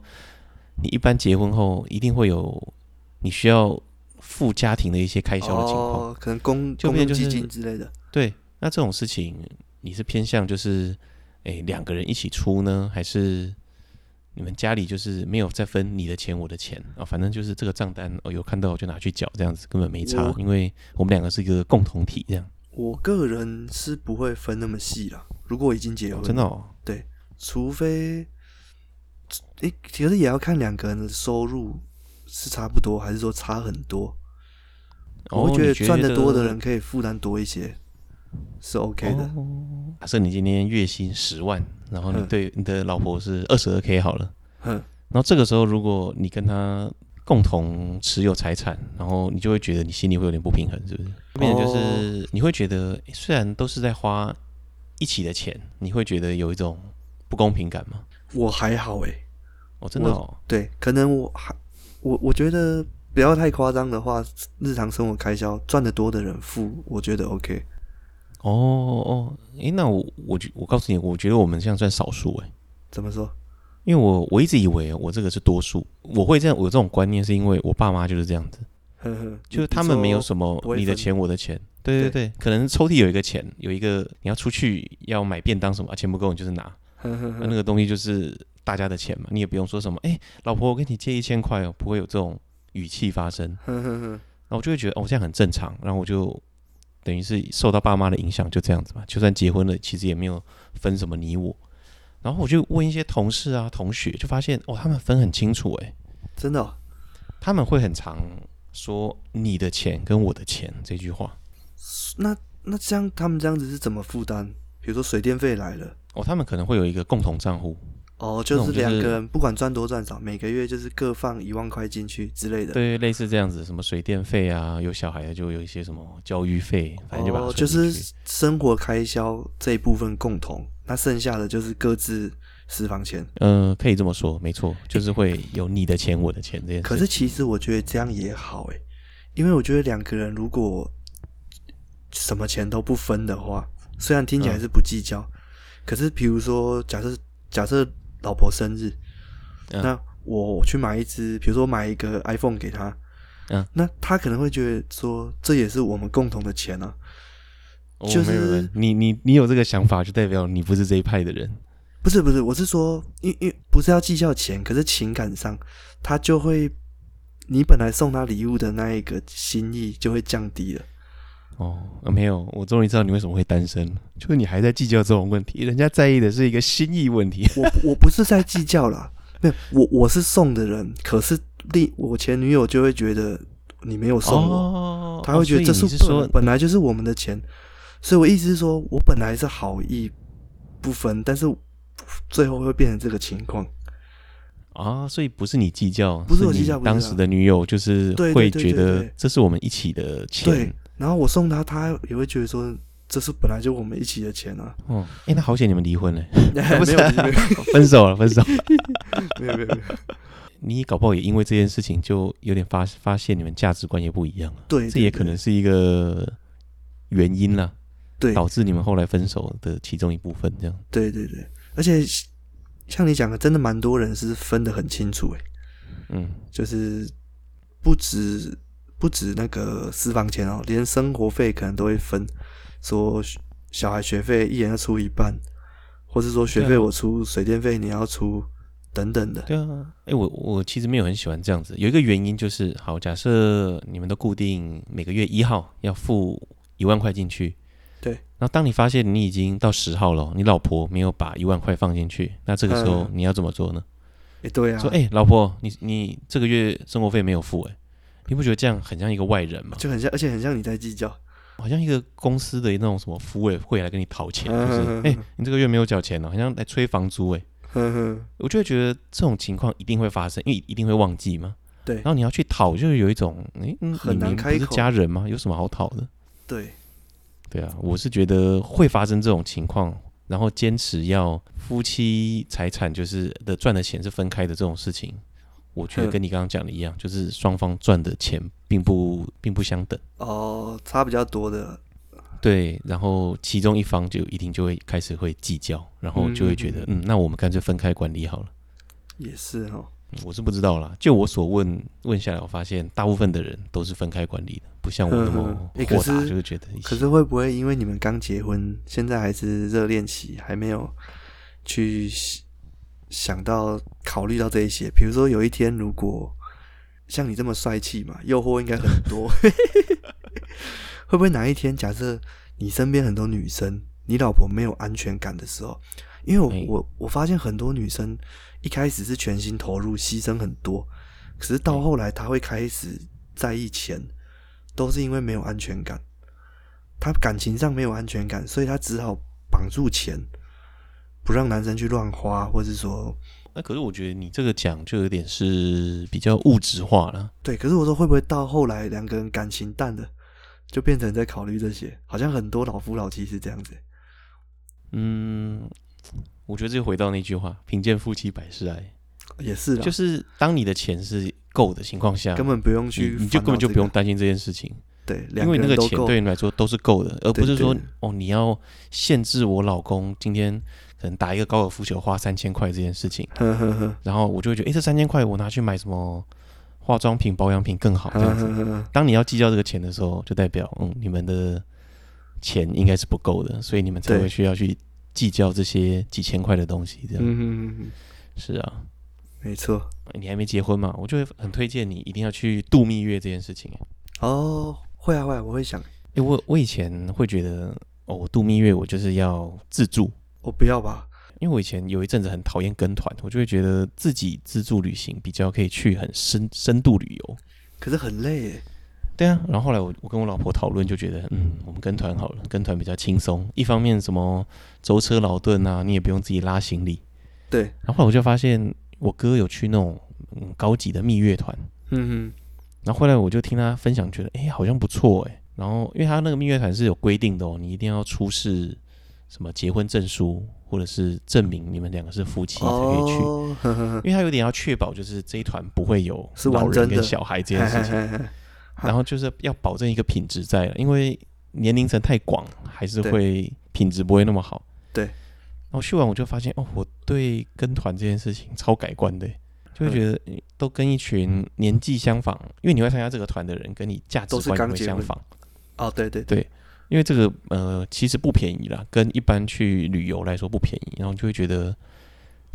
[SPEAKER 1] 你一般结婚后，一定会有你需要付家庭的一些开销的情况。
[SPEAKER 2] 哦，可能公
[SPEAKER 1] 就
[SPEAKER 2] 公
[SPEAKER 1] 变就
[SPEAKER 2] 共
[SPEAKER 1] 是
[SPEAKER 2] 基金之类的，
[SPEAKER 1] 对，那这种事情你是偏向就是，诶两个人一起出呢，还是你们家里就是没有再分你的钱我的钱啊、反正就是这个账单哦，有看到我就拿去缴，这样子根本没差，
[SPEAKER 2] 我
[SPEAKER 1] 因为我们两个是一个共同体，这样、
[SPEAKER 2] 我个人是不会分那么细啦。如果已经结
[SPEAKER 1] 哦
[SPEAKER 2] 婚，
[SPEAKER 1] 真的哦，
[SPEAKER 2] 除非，诶、其实也要看两个人的收入是差不多，还是说差很多。我
[SPEAKER 1] 哦
[SPEAKER 2] 会觉
[SPEAKER 1] 你
[SPEAKER 2] 得
[SPEAKER 1] 觉
[SPEAKER 2] 赚
[SPEAKER 1] 得
[SPEAKER 2] 得多的人可以负担多一些，是 OK 的。
[SPEAKER 1] 哦假设你今天月薪十万，然后你
[SPEAKER 2] 嗯
[SPEAKER 1] 对你的老婆是二十二 k 好了，
[SPEAKER 2] 哼，
[SPEAKER 1] 然后这个时候如果你跟她共同持有财产，然后你就会觉得你心里会有点不平衡，是不是？变成就是你会觉得诶虽然都是在花一起的钱，你会觉得有一种不公平感吗？
[SPEAKER 2] 我还好诶、
[SPEAKER 1] 哦，真的哦，
[SPEAKER 2] 对，可能我还我我觉得不要太夸张的话，日常生活开销赚得多的人付，我觉得 OK。
[SPEAKER 1] 哦哦，诶，那我我觉我告诉你，我觉得我们现在算少数诶。
[SPEAKER 2] 怎么说？
[SPEAKER 1] 因为我我一直以为我这个是多数，我会这样，我有这种观念是因为我爸妈就是这样子，
[SPEAKER 2] 呵呵，
[SPEAKER 1] 就是他们没有
[SPEAKER 2] 么
[SPEAKER 1] 什么
[SPEAKER 2] 不会
[SPEAKER 1] 你的
[SPEAKER 2] 分
[SPEAKER 1] 钱我的钱，对对对，可能抽屉有一个钱，有一个你要出去要买便当什么，啊钱不够你就是拿，
[SPEAKER 2] 呵呵
[SPEAKER 1] 那、那个东西就是大家的钱嘛，你也不用说什么，哎、老婆我跟你借一千块哦，不会有这种语气发生，
[SPEAKER 2] 呵呵呵，
[SPEAKER 1] 然后我就会觉得哦这样很正常，然后我就等于是受到爸妈的影响就这样子嘛，就算结婚了，其实也没有分什么你我。然后我就问一些同事啊、同学，就发现哦，他们分很清楚、诶，
[SPEAKER 2] 真的哦、
[SPEAKER 1] 他们会很常说你的钱跟我的钱这句话。
[SPEAKER 2] 那那这样他们这样子是怎么负担？比如说水电费来了，
[SPEAKER 1] 哦，他们可能会有一个共同账户，
[SPEAKER 2] 哦，
[SPEAKER 1] 那
[SPEAKER 2] 就
[SPEAKER 1] 种
[SPEAKER 2] 是
[SPEAKER 1] 就是
[SPEAKER 2] 两个人不管赚多赚少，每个月就是各放一万块进去之类的。
[SPEAKER 1] 对，类似这样子，什么水电费啊，有小孩的就有一些什么教育费，反正就把它
[SPEAKER 2] 哦，
[SPEAKER 1] 存
[SPEAKER 2] 就
[SPEAKER 1] 进
[SPEAKER 2] 是
[SPEAKER 1] 去
[SPEAKER 2] 生活开销这一部分共同，那剩下的就是各自私房钱。
[SPEAKER 1] 呃，可以这么说，没错，就是会有你的钱、我的钱这件事。
[SPEAKER 2] 可是其实我觉得这样也好诶，因为我觉得两个人如果什么钱都不分的话，虽然听起来是不计较，
[SPEAKER 1] 嗯
[SPEAKER 2] 可是比如说假设假设老婆生日，
[SPEAKER 1] 嗯
[SPEAKER 2] 那我去买一只，比如说买一个 iPhone 给她，
[SPEAKER 1] 嗯，
[SPEAKER 2] 那她可能会觉得说这也是我们共同的钱啊，
[SPEAKER 1] 哦
[SPEAKER 2] 就
[SPEAKER 1] 没有没有
[SPEAKER 2] 是
[SPEAKER 1] 你你你有这个想法，就代表你不是这一派的人。
[SPEAKER 2] 不是不是，我是说，因因不是要计较钱，可是情感上，他就会，你本来送他礼物的那一个心意就会降低了。
[SPEAKER 1] 哦，呃没有，我终于知道你为什么会单身了，就是你还在计较这种问题，人家在意的是一个心意问题。
[SPEAKER 2] 我我不是在计较啦，没有，我我是送的人，可是另我前女友就会觉得你没有送我，
[SPEAKER 1] 哦，
[SPEAKER 2] 她会觉得这
[SPEAKER 1] 哦所以你是
[SPEAKER 2] 本
[SPEAKER 1] 说
[SPEAKER 2] 本来就是我们的钱，所以我意思是说我本来是好意不分，但是最后会变成这个情况。
[SPEAKER 1] 啊，所以不是你计较，
[SPEAKER 2] 不是我计较
[SPEAKER 1] 你
[SPEAKER 2] 不是
[SPEAKER 1] 当
[SPEAKER 2] 啊
[SPEAKER 1] 时的女友就是
[SPEAKER 2] 对对
[SPEAKER 1] 会
[SPEAKER 2] 对
[SPEAKER 1] 觉
[SPEAKER 2] 对
[SPEAKER 1] 得
[SPEAKER 2] 对
[SPEAKER 1] 这是我们一起的钱。
[SPEAKER 2] 对，然后我送他，他也会觉得说这是本来就我们一起的钱 啊。
[SPEAKER 1] 哦，哎，那好险你们离婚了，
[SPEAKER 2] 没有没有
[SPEAKER 1] 分手了，分 手。
[SPEAKER 2] 没有没有，没有
[SPEAKER 1] 你搞不好也因为这件事情就有点发发现你们价值观也不一样了，
[SPEAKER 2] 对，
[SPEAKER 1] 这也可能是一个原因啦，
[SPEAKER 2] 对
[SPEAKER 1] 导致你们后来分手的其中一部分。这样，
[SPEAKER 2] 对对对，而且像你讲的，真的蛮多人是分得很清楚诶，
[SPEAKER 1] 嗯，
[SPEAKER 2] 就是不止不止那个私房钱哦，连生活费可能都会分，说学小孩学费一人要出一半，或是说学
[SPEAKER 1] 对
[SPEAKER 2] 费
[SPEAKER 1] 啊
[SPEAKER 2] 我出，水电费你要出，等等的。
[SPEAKER 1] 对啊，哎，我我其实没有很喜欢这样子，有一个原因就是，好，假设你们都固定每个月一号要付一万块进去，
[SPEAKER 2] 对，
[SPEAKER 1] 那当你发现你已经到十号了，你老婆没有把一万块放进去，那这个时候
[SPEAKER 2] 嗯
[SPEAKER 1] 你要怎么做呢？
[SPEAKER 2] 诶，对啊，
[SPEAKER 1] 说，哎、老婆，你你这个月生活费没有付、哎，你不觉得这样很像一个外人吗？
[SPEAKER 2] 就很像，而且很像你在计较。
[SPEAKER 1] 好像一个公司的那种什么服委会来跟你讨钱，
[SPEAKER 2] 嗯
[SPEAKER 1] 就是
[SPEAKER 2] 嗯嗯
[SPEAKER 1] 哎、你这个月没有缴钱哦了、好像来催房租、哎，
[SPEAKER 2] 呵呵，
[SPEAKER 1] 我就会觉得这种情况一定会发生，因为一定会忘记嘛。
[SPEAKER 2] 对
[SPEAKER 1] 然后你要去讨，就是有一种，哎、嗯，
[SPEAKER 2] 很
[SPEAKER 1] 你
[SPEAKER 2] 难
[SPEAKER 1] 们
[SPEAKER 2] 开
[SPEAKER 1] 不是
[SPEAKER 2] 口
[SPEAKER 1] 家人吗？有什么好讨的？
[SPEAKER 2] 对，
[SPEAKER 1] 对啊，我是觉得会发生这种情况，然后坚持要夫妻财产就是的赚的钱是分开的这种事情，我觉得跟你刚刚讲的一样，就是双方赚的钱并不并不相等。
[SPEAKER 2] 哦，差比较多的，
[SPEAKER 1] 对，然后其中一方就一定就会开始会计较，然后就会觉得，嗯，那我们干脆分开管理好了。
[SPEAKER 2] 也是
[SPEAKER 1] 嗯
[SPEAKER 2] 哦。
[SPEAKER 1] 我是不知道啦，就我所问问下来，我发现大部分的人都是分开管理的，不像我那么
[SPEAKER 2] 嗯
[SPEAKER 1] 豁
[SPEAKER 2] 欸
[SPEAKER 1] 达，
[SPEAKER 2] 可是
[SPEAKER 1] 就会觉得一起
[SPEAKER 2] 可是会不会因为你们刚结婚，现在还是热恋期，还没有去想想到考虑到这一些？比如说有一天如果像你这么帅气嘛， 诱惑应该很多， 会不会哪一天假设你身边很多女生，你老婆没有安全感的时候？因为我、
[SPEAKER 1] 哎
[SPEAKER 2] 我我发现很多女生一开始是全心投入，牺牲很多，可是到后来她会开始在意钱，都是因为没有安全感。她感情上没有安全感，所以她只好绑住钱，不让男生去乱花，或是说，
[SPEAKER 1] 那可是我觉得你这个讲就有点是比较物质化了。
[SPEAKER 2] 对。可是我说会不会到后来两个人感情淡了，就变成在考虑这些？好像很多老夫老妻是这样子、
[SPEAKER 1] 嗯，我觉得这就回到那句话“贫贱夫妻百事哀
[SPEAKER 2] 也是”，啦，
[SPEAKER 1] 就是是当你的钱是够的情况下，
[SPEAKER 2] 啊根本不用去
[SPEAKER 1] 你你
[SPEAKER 2] 烦恼这个、
[SPEAKER 1] 就根本就不用担心这件事情，
[SPEAKER 2] 对，两
[SPEAKER 1] 因为那
[SPEAKER 2] 人
[SPEAKER 1] 个
[SPEAKER 2] 都
[SPEAKER 1] 钱
[SPEAKER 2] 够
[SPEAKER 1] 对你来说都是够的，而
[SPEAKER 2] 对
[SPEAKER 1] 不是说
[SPEAKER 2] 对
[SPEAKER 1] 哦你要限制我老公今天可能打一个高尔夫球花三千块这件事情，
[SPEAKER 2] 呵呵呵
[SPEAKER 1] 然后我就会觉得，诶，这三千块我拿去买什么化妆品、保养品更好这
[SPEAKER 2] 呵
[SPEAKER 1] 样子。
[SPEAKER 2] 呵呵，
[SPEAKER 1] 当你要计较这个钱的时候，就代表嗯，你们的钱应该是不够的，所以你们才
[SPEAKER 2] 对
[SPEAKER 1] 会需要去计较这些几千块的东西。这样、
[SPEAKER 2] 嗯哼哼，
[SPEAKER 1] 是啊，
[SPEAKER 2] 没错。
[SPEAKER 1] 你还没结婚嘛，我就会很推荐你一定要去度蜜月这件事情。啊
[SPEAKER 2] 哦，会啊会啊，我会想，
[SPEAKER 1] 诶，我我以前会觉得哦，我度蜜月我就是要自助，
[SPEAKER 2] 我不要吧，
[SPEAKER 1] 因为我以前有一阵子很讨厌跟团，我就会觉得自己自助旅行比较可以去很深深度旅游。
[SPEAKER 2] 可是很累耶。
[SPEAKER 1] 对啊，然后后来我我跟我老婆讨论，就觉得嗯，我们跟团好了，跟团比较轻松。一方面什么舟车劳顿啊，你也不用自己拉行李。
[SPEAKER 2] 对，
[SPEAKER 1] 然后后来我就发现我哥有去那种嗯高级的蜜月团，
[SPEAKER 2] 嗯
[SPEAKER 1] 然后后来我就听他分享，觉得哎好像不错哎。然后因为他那个蜜月团是有规定的哦，你一定要出示什么结婚证书或者是证明你们两个是夫妻
[SPEAKER 2] 哼，
[SPEAKER 1] 才可以去，
[SPEAKER 2] 哦，呵呵呵，
[SPEAKER 1] 因为他有点要确保就是这一团不会有
[SPEAKER 2] 是完
[SPEAKER 1] 老人
[SPEAKER 2] 整
[SPEAKER 1] 跟
[SPEAKER 2] 的
[SPEAKER 1] 小孩这件事情。
[SPEAKER 2] 嘿嘿嘿嘿
[SPEAKER 1] 然后就是要保证一个品质在了，因为年龄层太广，还是会品质不会那么好。
[SPEAKER 2] 对
[SPEAKER 1] 然后去完我就发现，哦，我对跟团这件事情超改观的，就会觉得诶都跟一群年纪相仿，因为你会参加这个团的人跟你价值
[SPEAKER 2] 都是
[SPEAKER 1] 观
[SPEAKER 2] 刚
[SPEAKER 1] 也会
[SPEAKER 2] 结
[SPEAKER 1] 相
[SPEAKER 2] 婚
[SPEAKER 1] 仿，
[SPEAKER 2] 哦，对对
[SPEAKER 1] 对因为这个呃其实不便宜啦，跟一般去旅游来说不便宜，然后就会觉得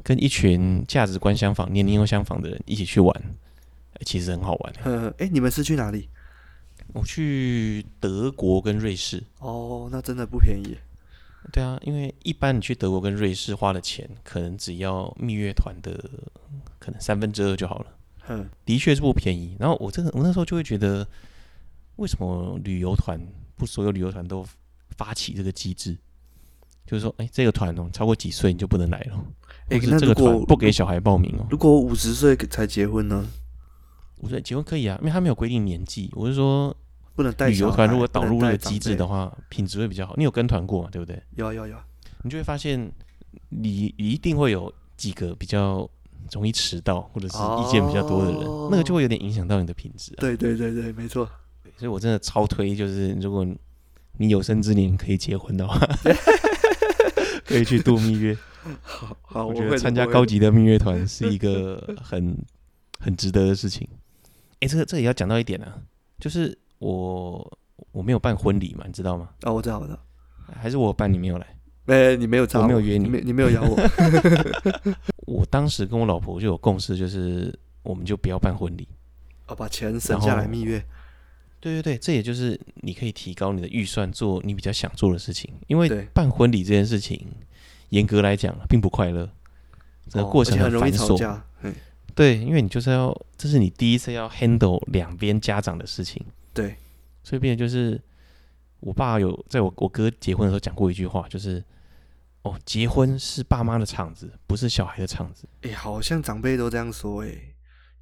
[SPEAKER 1] 跟一群价值观相仿、年龄又相仿的人一起去玩，诶其实很好玩。
[SPEAKER 2] 呵呵，哎，你们是去哪里？
[SPEAKER 1] 我去德国跟瑞士，
[SPEAKER 2] 哦，那真的不便宜。
[SPEAKER 1] 对啊，因为一般你去德国跟瑞士花的钱，可能只要蜜月团的可能三分之二就好了，
[SPEAKER 2] 嗯，
[SPEAKER 1] 的确是不便宜。然后我这个我那时候就会觉得，为什么旅游团不所有旅游团都发起这个机制？就是说，哎，这个团哦，超过几岁你就不能来了，
[SPEAKER 2] 哎
[SPEAKER 1] 或者
[SPEAKER 2] 那
[SPEAKER 1] 这个
[SPEAKER 2] 如果
[SPEAKER 1] 团不给小孩报名哦。
[SPEAKER 2] 如果我五十岁才结婚呢，
[SPEAKER 1] 我说结婚可以啊，因为他没有规定年纪。我是说，
[SPEAKER 2] 不能带
[SPEAKER 1] 旅游
[SPEAKER 2] 小
[SPEAKER 1] 团
[SPEAKER 2] 孩
[SPEAKER 1] 如果
[SPEAKER 2] 不
[SPEAKER 1] 导
[SPEAKER 2] 能
[SPEAKER 1] 入这
[SPEAKER 2] 带
[SPEAKER 1] 个
[SPEAKER 2] 长
[SPEAKER 1] 机制
[SPEAKER 2] 辈
[SPEAKER 1] 的话，品质会比较好。你有跟团过嘛？对不对？
[SPEAKER 2] 有啊有啊有啊，
[SPEAKER 1] 你就会发现你，你一定会有几个比较容易迟到或者是意见比较多的人，
[SPEAKER 2] 哦
[SPEAKER 1] 那个就会有点影响到你的品质、啊。
[SPEAKER 2] 对对对对，没错。
[SPEAKER 1] 对，所以我真的超推，就是如果你有生之年可以结婚的话， 可以去度蜜月。
[SPEAKER 2] 好，好，
[SPEAKER 1] 我
[SPEAKER 2] 我
[SPEAKER 1] 觉
[SPEAKER 2] 会
[SPEAKER 1] 得
[SPEAKER 2] 的
[SPEAKER 1] 参加
[SPEAKER 2] 我会
[SPEAKER 1] 高
[SPEAKER 2] 的
[SPEAKER 1] 级的蜜月团是一个很很值得的事情。哎、这个这个也要讲到一点啊，就是我我没有办婚礼嘛，你知道吗？
[SPEAKER 2] 哦，我知道我知道。
[SPEAKER 1] 还是我有办你没有来？
[SPEAKER 2] 哎，你没有查
[SPEAKER 1] 我没有约你
[SPEAKER 2] 你没你没 有邀我。
[SPEAKER 1] 我当时跟我老婆就有共识，就是我们就不要办婚礼。
[SPEAKER 2] 哦，把钱省下来
[SPEAKER 1] 然后
[SPEAKER 2] 蜜月。
[SPEAKER 1] 对对对，这也就是你可以提高你的预算，做你比较想做的事情。因为
[SPEAKER 2] 对
[SPEAKER 1] 办婚礼这件事情，严格来讲并不快乐，整
[SPEAKER 2] 哦
[SPEAKER 1] 个过
[SPEAKER 2] 而
[SPEAKER 1] 程
[SPEAKER 2] 且很容易
[SPEAKER 1] 繁
[SPEAKER 2] 吵
[SPEAKER 1] 琐。
[SPEAKER 2] 架。嗯，
[SPEAKER 1] 对，因为你就是要，这是你第一次要 handle 两边家长的事情，
[SPEAKER 2] 对，
[SPEAKER 1] 所以变成就是我爸有在我我哥结婚的时候讲过一句话，就是哦，结婚是爸妈的场子，不是小孩的场子。
[SPEAKER 2] 哎，好像长辈都这样说哎，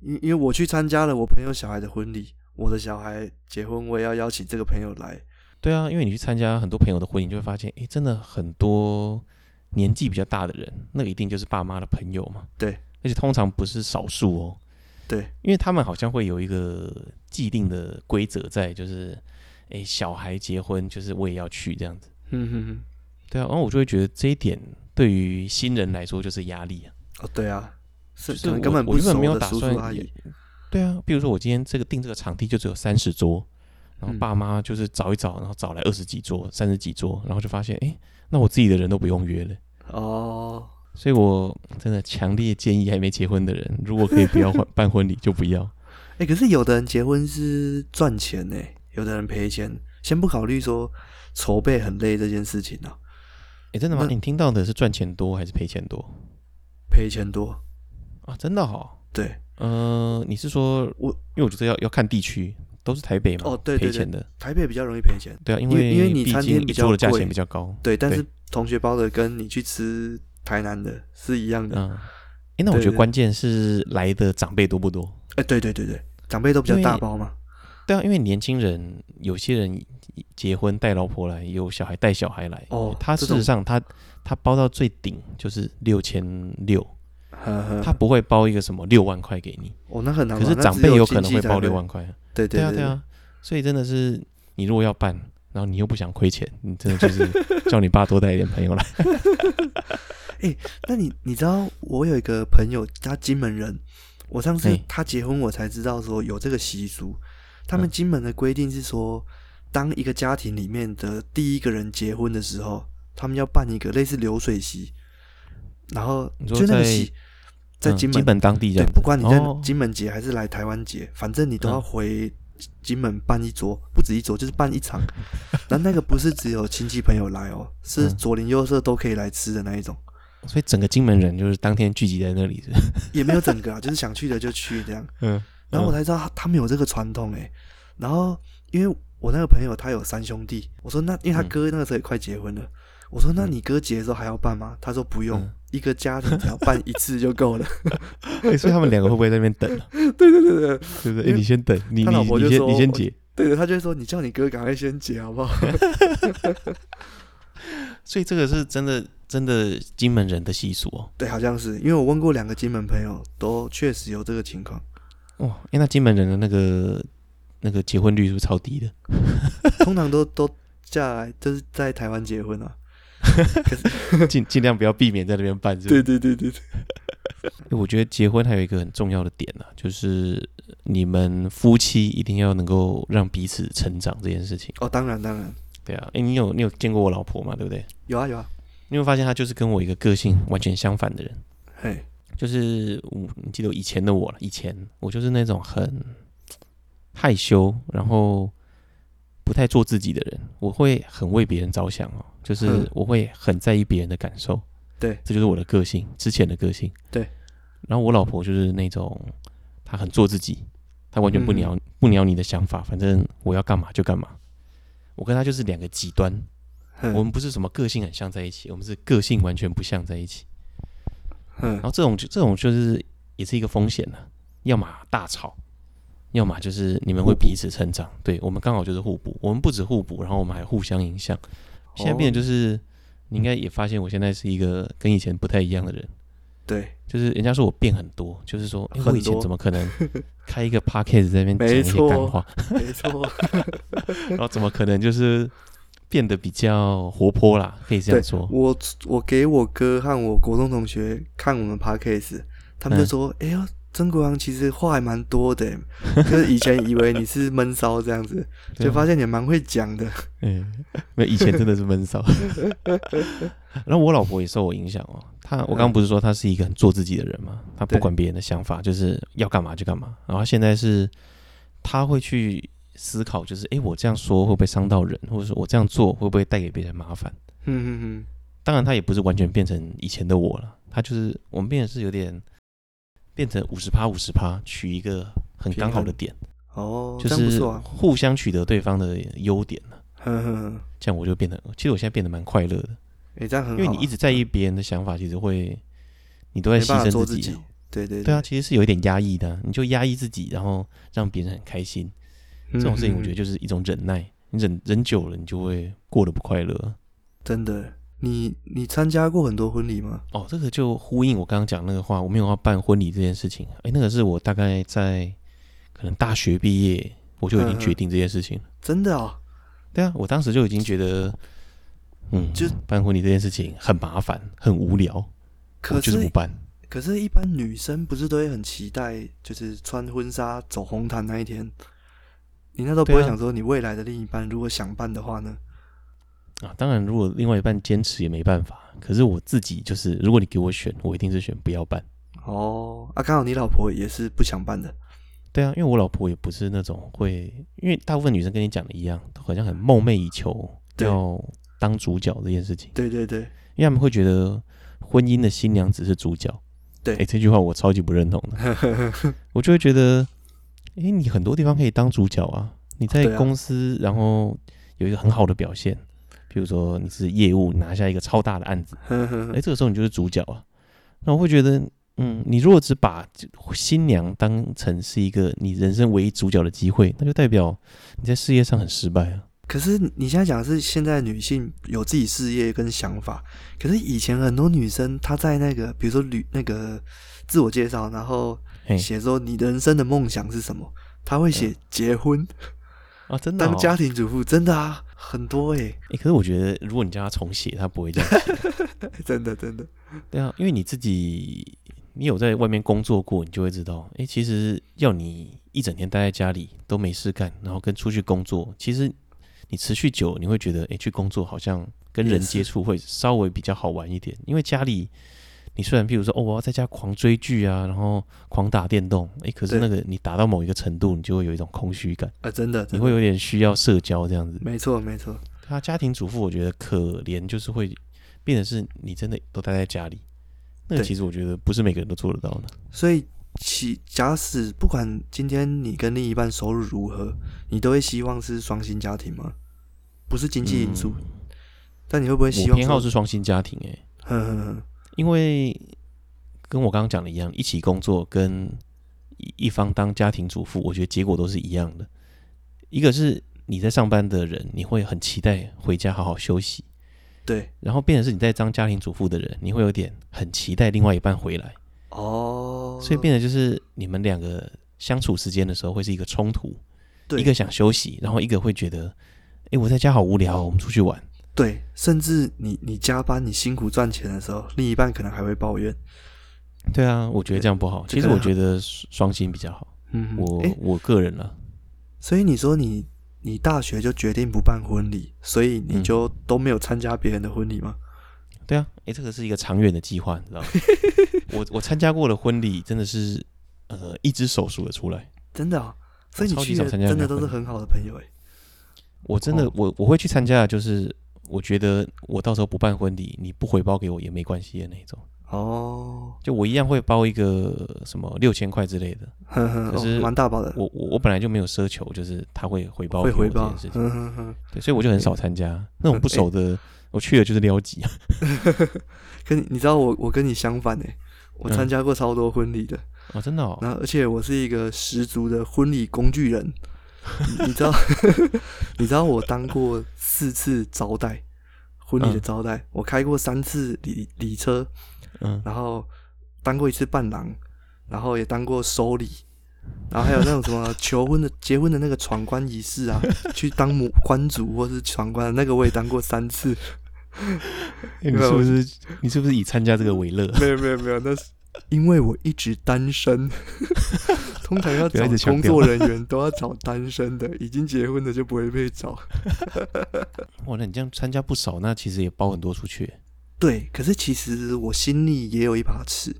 [SPEAKER 2] 因因为我去参加了我朋友小孩的婚礼，我的小孩结婚，我也要邀请这个朋友来。
[SPEAKER 1] 对啊，因为你去参加很多朋友的婚礼，你就会发现，诶，真的很多年纪比较大的人，那一定就是爸妈的朋友嘛。
[SPEAKER 2] 对，
[SPEAKER 1] 而且通常不是少数哦，
[SPEAKER 2] 对，
[SPEAKER 1] 因为他们好像会有一个既定的规则在，就是诶、小孩结婚就是我也要去这样子。
[SPEAKER 2] 嗯哼哼，
[SPEAKER 1] 对啊，然后我就会觉得这一点对于新人来说就是压力啊。
[SPEAKER 2] 哦，对啊，是
[SPEAKER 1] 就是
[SPEAKER 2] 可能
[SPEAKER 1] 我
[SPEAKER 2] 根本
[SPEAKER 1] 我
[SPEAKER 2] 不
[SPEAKER 1] 原
[SPEAKER 2] 熟
[SPEAKER 1] 本没有
[SPEAKER 2] 的
[SPEAKER 1] 打
[SPEAKER 2] 叔
[SPEAKER 1] 算
[SPEAKER 2] 叔阿
[SPEAKER 1] 也
[SPEAKER 2] 姨，
[SPEAKER 1] 对啊，比如说我今天这个订这个场地就只有三十桌，然后
[SPEAKER 2] 嗯
[SPEAKER 1] 爸妈就是找一找，然后找来二十几桌、三十几桌，然后就发现，诶，那我自己的人都不用约了。
[SPEAKER 2] 哦，
[SPEAKER 1] 所以我真的强烈建议还没结婚的人，如果可以不要办婚礼就不要。
[SPEAKER 2] 哎、可是有的人结婚是赚钱呢、有的人赔钱。先不考虑说筹备很累这件事情啊，
[SPEAKER 1] 诶，真的吗？
[SPEAKER 2] 那
[SPEAKER 1] 你听到的是赚钱多还是赔钱多
[SPEAKER 2] 赔钱多。
[SPEAKER 1] 啊？真的好、
[SPEAKER 2] 对，
[SPEAKER 1] 呃，你是说
[SPEAKER 2] 我
[SPEAKER 1] 因为我觉得要要看地区，都是台北嘛，
[SPEAKER 2] 哦对对
[SPEAKER 1] 赔钱的，
[SPEAKER 2] 台北比较容易赔钱，
[SPEAKER 1] 对啊，因
[SPEAKER 2] 因为因为你
[SPEAKER 1] 毕
[SPEAKER 2] 餐
[SPEAKER 1] 竟
[SPEAKER 2] 厅比
[SPEAKER 1] 一
[SPEAKER 2] 较
[SPEAKER 1] 桌的价
[SPEAKER 2] 贵
[SPEAKER 1] 钱比较高，
[SPEAKER 2] 对，但
[SPEAKER 1] 对
[SPEAKER 2] 是同学包的跟你去吃台南的是一样的。哎、
[SPEAKER 1] 嗯，诶，那我
[SPEAKER 2] 对
[SPEAKER 1] 觉得
[SPEAKER 2] 对
[SPEAKER 1] 关键是来的长辈多不多。
[SPEAKER 2] 欸对对对对，长辈都比较
[SPEAKER 1] 因为
[SPEAKER 2] 大包嘛。
[SPEAKER 1] 对啊，因为年轻人有些人结婚带老婆来，有小孩带小孩来。
[SPEAKER 2] 哦
[SPEAKER 1] 他
[SPEAKER 2] 这
[SPEAKER 1] 事
[SPEAKER 2] 种
[SPEAKER 1] 实上他他包到最顶就是六千六，
[SPEAKER 2] 呵呵
[SPEAKER 1] 他不会包一个什么六万块给你，
[SPEAKER 2] 哦，那很难
[SPEAKER 1] 可
[SPEAKER 2] 嘛。
[SPEAKER 1] 是
[SPEAKER 2] 那
[SPEAKER 1] 长
[SPEAKER 2] 只
[SPEAKER 1] 辈有可
[SPEAKER 2] 经
[SPEAKER 1] 能
[SPEAKER 2] 济
[SPEAKER 1] 会
[SPEAKER 2] 才
[SPEAKER 1] 包六。万块。
[SPEAKER 2] 对对
[SPEAKER 1] 对啊，对，啊，所以真的是你如果要办，然后你又不想亏钱，你真的就是叫你爸多带一点朋友来。
[SPEAKER 2] 那你你知道我有一个朋友，他金门人，我上次
[SPEAKER 1] 嘿
[SPEAKER 2] 他结婚我才知道说有这个习俗。他们
[SPEAKER 1] 嗯
[SPEAKER 2] 金门的规定是说，当一个家庭里面的第一个人结婚的时候，他们要办一个类似流水席，然后
[SPEAKER 1] 你说
[SPEAKER 2] 就那
[SPEAKER 1] 在
[SPEAKER 2] 个席 在
[SPEAKER 1] 嗯
[SPEAKER 2] 金
[SPEAKER 1] 金
[SPEAKER 2] 门，
[SPEAKER 1] 门当地这
[SPEAKER 2] 对，
[SPEAKER 1] 样子，
[SPEAKER 2] 不管你在
[SPEAKER 1] 哦
[SPEAKER 2] 金门结还是来台湾结，反正你都要
[SPEAKER 1] 嗯
[SPEAKER 2] 回金门办一桌，不止一桌，就是办 一场。那那个不是只有亲戚朋友来哦，是
[SPEAKER 1] 嗯
[SPEAKER 2] 左邻右舍都可以来吃的那一种。
[SPEAKER 1] 所以整个金门人就是当天聚集在那里是不是。
[SPEAKER 2] 也没有整个啊，就是想去的就去 这样。
[SPEAKER 1] 嗯，
[SPEAKER 2] 然后我才知道他他们有这个传统诶、然后因为我那个朋友他有三兄弟，我说那因为他
[SPEAKER 1] 嗯
[SPEAKER 2] 哥那个时候也快结婚了，我说那
[SPEAKER 1] 嗯
[SPEAKER 2] 你哥结的时候还要办吗？他说不用，
[SPEAKER 1] 嗯
[SPEAKER 2] 一个家庭只要办一次就 够了。
[SPEAKER 1] 欸所以他们两个会不会在那边等啊？
[SPEAKER 2] 对对对
[SPEAKER 1] 对
[SPEAKER 2] 对
[SPEAKER 1] 不
[SPEAKER 2] 因
[SPEAKER 1] 对？欸
[SPEAKER 2] 为
[SPEAKER 1] 你先等，你
[SPEAKER 2] 他
[SPEAKER 1] 你
[SPEAKER 2] 老婆
[SPEAKER 1] 你
[SPEAKER 2] 就
[SPEAKER 1] 先
[SPEAKER 2] 说
[SPEAKER 1] 你先
[SPEAKER 2] 我
[SPEAKER 1] 结。
[SPEAKER 2] 对对，他就会说你叫你哥赶快先结好不 好？
[SPEAKER 1] 所以这个是真的，真的金门人的习俗哦。
[SPEAKER 2] 对，好像是因为我问过两个金门朋友，都确实有这个情况。
[SPEAKER 1] 哇、诶那金门人的那个那个结婚率是不是超低的？
[SPEAKER 2] 通常都都嫁来就是在台湾结婚啊。
[SPEAKER 1] 尽尽量不要避免在那边办，是不
[SPEAKER 2] 对
[SPEAKER 1] 是？
[SPEAKER 2] 对对对对，
[SPEAKER 1] 诶我觉得结婚还有一个很重要的点啊，就是你们夫妻一定要能够让彼此成长这件事情。
[SPEAKER 2] 哦，当然当然
[SPEAKER 1] 对啊，诶，你有你有见过我老婆嘛？对不对？
[SPEAKER 2] 有啊有啊，
[SPEAKER 1] 你会发现她就是跟我一个个性完全相反的人。
[SPEAKER 2] 嘿，
[SPEAKER 1] 就是我，你记得我以前的我了。以前我就是那种很害羞，然后不太做自己的人。我会很为别人着想哦，就是
[SPEAKER 2] 嗯
[SPEAKER 1] 我会很在意别人的感受。
[SPEAKER 2] 对
[SPEAKER 1] 这就是我的个性，之前的个性。
[SPEAKER 2] 对。
[SPEAKER 1] 然后我老婆就是那种，她很做自己，她完全不
[SPEAKER 2] 嗯
[SPEAKER 1] 鸟、不鸟你的想法，反正我要干嘛就干嘛。我跟她就是两个极端，
[SPEAKER 2] 嗯
[SPEAKER 1] 我们不是什么个性很像在一起，我们是个性完全不像在一起。
[SPEAKER 2] 嗯
[SPEAKER 1] 然后这种就这种就是也是一个风险呢、啊要么大吵，要么就是你们会彼此成长。对我们刚好就是互补，我们不止互补，然后我们还互相影响。现在变
[SPEAKER 2] 哦
[SPEAKER 1] 得就是，你应该也发现我现在是一个跟以前不太一样的人，
[SPEAKER 2] 对，
[SPEAKER 1] 就是人家说我变很多，就是说、诶
[SPEAKER 2] 很
[SPEAKER 1] 我以前
[SPEAKER 2] 多
[SPEAKER 1] 怎么可能开一个 podcast 在那边讲
[SPEAKER 2] 没
[SPEAKER 1] 一些干
[SPEAKER 2] 错
[SPEAKER 1] 话，
[SPEAKER 2] 没错。
[SPEAKER 1] 然后怎么可能就是变得比较活泼啦？可以这样
[SPEAKER 2] 对
[SPEAKER 1] 说。
[SPEAKER 2] 我我给我哥和我国中同学看我们 podcast，他们就
[SPEAKER 1] 嗯
[SPEAKER 2] 说：“哎、呦，曾国阳其实话还蛮多的，就是以前以为你是闷骚这样子，
[SPEAKER 1] 对
[SPEAKER 2] 就
[SPEAKER 1] 啊
[SPEAKER 2] 发现你蛮会讲的。
[SPEAKER 1] 嗯，没有以前真的是闷 骚。然后我老婆也受我影响哦，她我刚刚不是说她是一个很做自己的人嘛，她不
[SPEAKER 2] 对
[SPEAKER 1] 管别人的想法，就是要干嘛就干嘛。然后现在是她会去思考，就是诶，我这样说会不会伤到人，或者说我这样做会不会带给别人麻烦？”
[SPEAKER 2] 嗯嗯
[SPEAKER 1] 当然，她也不是完全变成以前的我了，她就是我们变得是有点变成五十趴五十趴，取一个很刚好的点，
[SPEAKER 2] 嗯，哦，
[SPEAKER 1] 就
[SPEAKER 2] 这样不
[SPEAKER 1] 是
[SPEAKER 2] 错啊。
[SPEAKER 1] 互相取得对方的优点了。
[SPEAKER 2] 哼哼哼，
[SPEAKER 1] 这样我就变得，其实我现在变得蛮快乐的。
[SPEAKER 2] 哎、这样很
[SPEAKER 1] 因
[SPEAKER 2] 好啊、
[SPEAKER 1] 为你一直在意别人的想法，其实会你都在
[SPEAKER 2] 没
[SPEAKER 1] 牺
[SPEAKER 2] 办法
[SPEAKER 1] 牲
[SPEAKER 2] 做
[SPEAKER 1] 自己
[SPEAKER 2] 己
[SPEAKER 1] 啊。。
[SPEAKER 2] 对对
[SPEAKER 1] 对啊，，其实是有一点压抑的啊、你就压抑自己，然后让别人很开心。
[SPEAKER 2] 嗯
[SPEAKER 1] 这种事情，我觉得
[SPEAKER 2] 就
[SPEAKER 1] 就是一种忍耐。你忍忍久了，你就会过得不快乐啊。
[SPEAKER 2] 真的。你你参加过很多婚礼吗？
[SPEAKER 1] 哦，这个就呼应我刚刚讲那个话，我没有要办婚礼这件事情。哎，那个是我大概在可能大学毕业，我就已
[SPEAKER 2] 嗯嗯
[SPEAKER 1] 经决定这件事情了。
[SPEAKER 2] 真的啊、
[SPEAKER 1] 对啊，我当时就已经觉得，嗯，
[SPEAKER 2] 就
[SPEAKER 1] 办婚礼这件事情很麻烦，很无聊，我
[SPEAKER 2] 可
[SPEAKER 1] 就是不
[SPEAKER 2] 是
[SPEAKER 1] 办。
[SPEAKER 2] 可是，一般女生不是都会很期待，就是穿婚纱走红毯那一天。你那时候不会
[SPEAKER 1] 对啊
[SPEAKER 2] 想说，你未来的另一半如果想办的话呢？
[SPEAKER 1] 啊，当然，如果另外一半坚持也没办法。可是我自己就是，如果你给我选，我一定是选不要办。
[SPEAKER 2] 哦，啊，刚好你老婆也是不想办的。
[SPEAKER 1] 对啊，因为我老婆也不是那种会，因为大部分女生跟你讲的一样，都好像很梦寐以求
[SPEAKER 2] 对
[SPEAKER 1] 要当主角这件事情，
[SPEAKER 2] 对对对，
[SPEAKER 1] 因为他们会觉得婚姻的新娘只是主角。
[SPEAKER 2] 对
[SPEAKER 1] 哎、这句话我超级不认同 的，我就会觉得，哎、你很多地方可以当主角啊，你在
[SPEAKER 2] 对啊
[SPEAKER 1] 公司，然后有一个很好的表现，比如说你是业务拿下一个超大的案子。
[SPEAKER 2] 呵呵
[SPEAKER 1] 哎、
[SPEAKER 2] 呵
[SPEAKER 1] 这个时候你就是主角啊。那我会觉得，嗯，你如果只把新娘当成是一个你人生唯一主角的机会，那就代表你在事业上很失败啊。
[SPEAKER 2] 可是你现在讲的是现在女性有自己事业跟想法，可是以前很多女生她在那个，比如说旅那个自我介绍，然后
[SPEAKER 1] 嘿，
[SPEAKER 2] 写说你人生的梦想是什么，她会写结婚、
[SPEAKER 1] 啊，真的、哦
[SPEAKER 2] 当。家庭主妇，真的啊，很多诶、
[SPEAKER 1] 诶可是我觉得，如果你叫他重写，他不会这样。
[SPEAKER 2] 真的真的。
[SPEAKER 1] 对啊，因为你自己，你有在外面工作过，你就会知道，诶，其实要你一整天待在家里都没事干，然后跟出去工作，其实你持续久，你会觉得，诶，去工作好像跟
[SPEAKER 2] 也
[SPEAKER 1] 人
[SPEAKER 2] 是
[SPEAKER 1] 接触会稍微比较好玩一点，因为家里。你虽然譬如说哦，我要在家狂追剧啊，然后狂打电动，诶，可是
[SPEAKER 2] 对
[SPEAKER 1] 那个你打到某一个程度，你就会有一种空虚感，
[SPEAKER 2] 啊，真的，
[SPEAKER 1] 你
[SPEAKER 2] 真的
[SPEAKER 1] 会有点需要社交这样子。
[SPEAKER 2] 没错没错，
[SPEAKER 1] 他家庭主妇，我觉得可怜就是会变得是你真的都待在家里，那个
[SPEAKER 2] 对
[SPEAKER 1] 其实我觉得不是每个人都做得到的。
[SPEAKER 2] 所以其假使不管今天你跟另一半收入如何，你都会希望是双薪家庭吗？不是经济因素，但你会不会
[SPEAKER 1] 嗯
[SPEAKER 2] 希
[SPEAKER 1] 我
[SPEAKER 2] 望
[SPEAKER 1] 偏好
[SPEAKER 2] 说，
[SPEAKER 1] 是双薪家庭、欸，
[SPEAKER 2] 哼哼哼，
[SPEAKER 1] 因为跟我刚刚讲的一样，一起工作跟一一方当家庭主妇，我觉得结果都是一样的。一个是你在上班的人，你会很期待回家好好休息，
[SPEAKER 2] 对，
[SPEAKER 1] 然后变成是你在当家庭主妇的人，你会有点很期待另外一半回来，
[SPEAKER 2] 哦，
[SPEAKER 1] 所以变得就是你们两个相处时间的时候会是一个冲突。
[SPEAKER 2] 对
[SPEAKER 1] 一个想休息，然后一个会觉得，哎、我在家好无聊哦，我们出去玩。
[SPEAKER 2] 对，甚至你你加班你辛苦赚钱的时候，另一半可能还会抱怨，
[SPEAKER 1] 对啊，我觉得这样不好。
[SPEAKER 2] 这
[SPEAKER 1] 其实
[SPEAKER 2] 个
[SPEAKER 1] 我觉得双薪比较好，
[SPEAKER 2] 啊嗯，
[SPEAKER 1] 我
[SPEAKER 2] 诶，
[SPEAKER 1] 我个人啊，
[SPEAKER 2] 所以你说你你大学就决定不办婚礼，所以你
[SPEAKER 1] 嗯
[SPEAKER 2] 就都没有参加别人的婚礼吗？
[SPEAKER 1] 对啊，哎、这个是一个长远的计划，你知道吗？我我参加过的婚礼真的是，呃，一只手数得出来。
[SPEAKER 2] 真的、啊，所以你
[SPEAKER 1] 我超级
[SPEAKER 2] 去
[SPEAKER 1] 少
[SPEAKER 2] 的
[SPEAKER 1] 参加
[SPEAKER 2] 真
[SPEAKER 1] 人家
[SPEAKER 2] 的都是
[SPEAKER 1] 婚礼
[SPEAKER 2] 很好的朋友诶、欸
[SPEAKER 1] 我真的，
[SPEAKER 2] 哦
[SPEAKER 1] 我我会去参加的，就是我觉得我到时候不办婚礼，你不回报给我也没关系的那种。
[SPEAKER 2] 哦，
[SPEAKER 1] 就我一样会包一个什么六千块之类的。
[SPEAKER 2] 呵呵，
[SPEAKER 1] 可
[SPEAKER 2] 哦
[SPEAKER 1] 是
[SPEAKER 2] 蛮大包的，
[SPEAKER 1] 我我我本来就没有奢求，就是他会回报
[SPEAKER 2] 会
[SPEAKER 1] 给我
[SPEAKER 2] 回
[SPEAKER 1] 这
[SPEAKER 2] 报
[SPEAKER 1] 件事情。，
[SPEAKER 2] 嗯哼哼。
[SPEAKER 1] 对，所以我就很少参加那种不熟的，我去了就是撩级啊。
[SPEAKER 2] 可你你知道我我跟你相反呢，欸我
[SPEAKER 1] 嗯
[SPEAKER 2] 参加过超多婚礼的，
[SPEAKER 1] 哦，真的哦，
[SPEAKER 2] 然后而且我是一个十足的婚礼工具 人，你你知道 你知道我当过四次招待婚礼的
[SPEAKER 1] 嗯
[SPEAKER 2] 招待，我开过三次礼礼车，
[SPEAKER 1] 嗯，
[SPEAKER 2] 然后当过一次伴郎，然后也当过收礼，然后还有那种什 么求婚的、结婚的那个闯关仪式啊，去当母官主或是闯关的那个我也当过三次，
[SPEAKER 1] 你是不是你是不是以参加这个为乐？
[SPEAKER 2] 没有没有没有，那是因为我一直单身。 通常要
[SPEAKER 1] 不
[SPEAKER 2] 找
[SPEAKER 1] 要一直
[SPEAKER 2] 工
[SPEAKER 1] 强调
[SPEAKER 2] 作人员都要找单身的，已经结婚的就不会被找。
[SPEAKER 1] 哇，那你这样参加不少，那其实也包很多出去。
[SPEAKER 2] 对，可是其实我心里也有一把尺，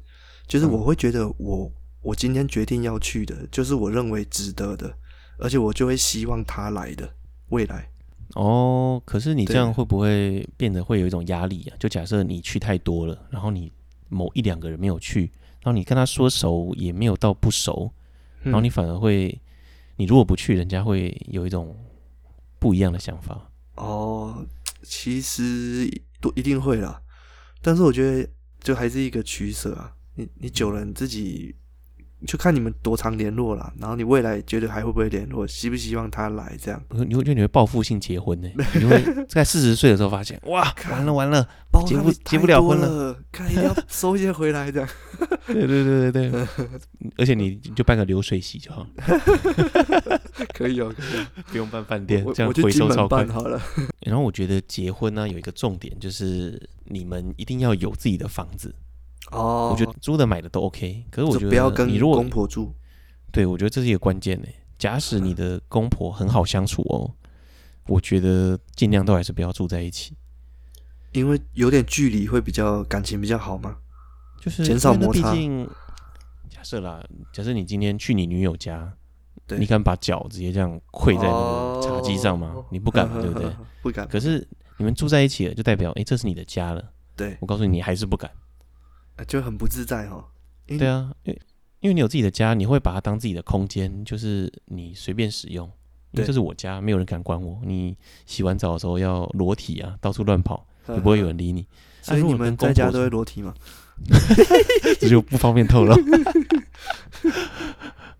[SPEAKER 2] 就是我会觉得我、我今天决定要去的，就是我认为值得的，而且我就会希望他来的未来。
[SPEAKER 1] 哦，可是你这
[SPEAKER 2] 对
[SPEAKER 1] 样会不会变得会有一种压力啊？就假设你去太多了，然后你某一两个人没有去，然后你跟他说熟也没有到不熟，
[SPEAKER 2] 嗯
[SPEAKER 1] 然后你反而会，你如果不去，人家会有一种不一样的想法。
[SPEAKER 2] 哦，其实都一定会啦，但是我觉得就还是一个取舍啊。你你久了你自己就看你们多常联络啦，然后你未来觉得还会不会联络，希不希望他来这样？
[SPEAKER 1] 你会觉得你会报复性结 婚呢、你会在四十岁的时候发现，哇，完了完了，
[SPEAKER 2] 包
[SPEAKER 1] 结
[SPEAKER 2] 他
[SPEAKER 1] 不
[SPEAKER 2] 们
[SPEAKER 1] 结
[SPEAKER 2] 太
[SPEAKER 1] 不了
[SPEAKER 2] 多
[SPEAKER 1] 婚了
[SPEAKER 2] 了，看一定要收一些回来这样。
[SPEAKER 1] 对对对对对，而且你就办个流水席就好，
[SPEAKER 2] 可以哦，可以哦
[SPEAKER 1] 不用办饭店，
[SPEAKER 2] 我
[SPEAKER 1] 这样
[SPEAKER 2] 我去
[SPEAKER 1] 回
[SPEAKER 2] 金
[SPEAKER 1] 收
[SPEAKER 2] 门
[SPEAKER 1] 超快
[SPEAKER 2] 办。啊好了。
[SPEAKER 1] 然后我觉得结婚呢、有一个重点就是你们一定要有自己的房子，
[SPEAKER 2] 哦，
[SPEAKER 1] 我觉得租的买的都 OK，可是我觉
[SPEAKER 2] 就
[SPEAKER 1] 得
[SPEAKER 2] 不要跟
[SPEAKER 1] 你如果
[SPEAKER 2] 公婆住，
[SPEAKER 1] 对，我觉得这是一个关键呢。假使你的公婆很好相处哦，我觉得尽量都还是不要住在一起，
[SPEAKER 2] 因为有点距离会比较感情比较好嘛。
[SPEAKER 1] 就是
[SPEAKER 2] 减少
[SPEAKER 1] 因为那
[SPEAKER 2] 摩擦
[SPEAKER 1] 毕竟假设啦，假设你今天去你女友家，
[SPEAKER 2] 对
[SPEAKER 1] 你敢把脚直接这样跪在那个茶几上吗？
[SPEAKER 2] 哦
[SPEAKER 1] 你不敢 嘛，对不对？？
[SPEAKER 2] 不敢，
[SPEAKER 1] 可是你们住在一起了，就代表诶，这是你的家了。
[SPEAKER 2] 对，
[SPEAKER 1] 我告诉你，你还是不敢。
[SPEAKER 2] 呃就很不自在哦。因为
[SPEAKER 1] 对啊，因为因为你有自己的家，你会把它当自己的空间，就是你随便使用。因为
[SPEAKER 2] 对
[SPEAKER 1] 这是我家，没有人敢管我。你洗完澡的时候要裸体啊，到处乱跑，
[SPEAKER 2] 嗯
[SPEAKER 1] 也不会有人理你，
[SPEAKER 2] 所以
[SPEAKER 1] 如
[SPEAKER 2] 你
[SPEAKER 1] 果
[SPEAKER 2] 们
[SPEAKER 1] 跟公
[SPEAKER 2] 在家
[SPEAKER 1] 婆
[SPEAKER 2] 都会
[SPEAKER 1] 住
[SPEAKER 2] 裸体嘛？
[SPEAKER 1] 这就不方便透 露。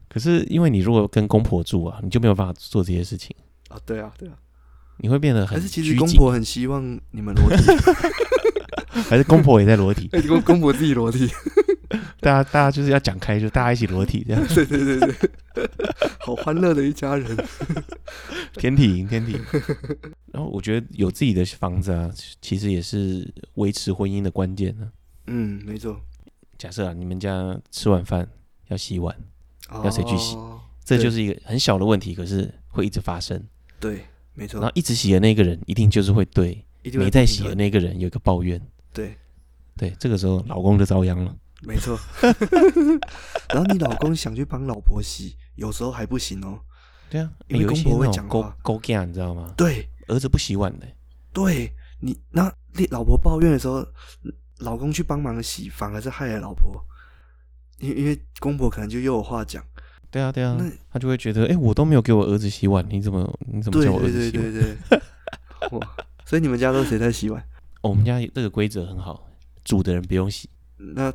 [SPEAKER 1] 可是因为你如果跟公婆住啊，你就没有办法做这些事情，
[SPEAKER 2] 啊，对啊，对啊。
[SPEAKER 1] 你会变得很
[SPEAKER 2] 还是其实
[SPEAKER 1] 拘
[SPEAKER 2] 公
[SPEAKER 1] 谨，
[SPEAKER 2] 婆很希望你们裸体，，
[SPEAKER 1] 还是公婆也在裸体
[SPEAKER 2] 哎 公公婆自己裸体，
[SPEAKER 1] 大家大家就是要讲开，就大家一起裸体这样。
[SPEAKER 2] 对对对对，好欢乐的一家人。
[SPEAKER 1] 天体营，天体 营。然后我觉得有自己的房子啊，其实也是维持婚姻的关键呢、
[SPEAKER 2] 嗯，没错。
[SPEAKER 1] 假设啊，你们家吃晚饭要洗碗，要谁去洗
[SPEAKER 2] 哦？
[SPEAKER 1] 这
[SPEAKER 2] 对
[SPEAKER 1] 就是一个很小的问题，可是会一直发生。
[SPEAKER 2] 对，没
[SPEAKER 1] 然后
[SPEAKER 2] 错，
[SPEAKER 1] 一直洗的那个人，一定就是会对
[SPEAKER 2] 一定会
[SPEAKER 1] 没在
[SPEAKER 2] 平
[SPEAKER 1] 洗的
[SPEAKER 2] 衡
[SPEAKER 1] 那个人有一个抱怨。
[SPEAKER 2] 对，
[SPEAKER 1] 对，这个时候老公就遭殃了。
[SPEAKER 2] 没错。 然后你老公想去帮老婆洗，有时候还不行哦。
[SPEAKER 1] 对啊，
[SPEAKER 2] 因
[SPEAKER 1] 欸有
[SPEAKER 2] 为
[SPEAKER 1] 一
[SPEAKER 2] 公
[SPEAKER 1] 些
[SPEAKER 2] 婆会
[SPEAKER 1] 那种
[SPEAKER 2] 讲
[SPEAKER 1] 勾
[SPEAKER 2] 话
[SPEAKER 1] 勾 g 你知道吗？
[SPEAKER 2] 对
[SPEAKER 1] 儿子不洗碗的欸、
[SPEAKER 2] 对，你那你老婆抱怨的时候，老公去帮忙洗，反而是害了老婆，因因为公婆可能就又有话讲。
[SPEAKER 1] 对啊，对啊
[SPEAKER 2] 那，
[SPEAKER 1] 他就会觉得，哎、我都没有给我儿子洗碗，你怎么你怎么
[SPEAKER 2] 对
[SPEAKER 1] 叫我儿
[SPEAKER 2] 对
[SPEAKER 1] 子洗
[SPEAKER 2] 对
[SPEAKER 1] 碗？
[SPEAKER 2] 对对，哇！所以你们家都谁在洗碗？
[SPEAKER 1] 哦我们家这个规则很好，煮的人不用洗。
[SPEAKER 2] 那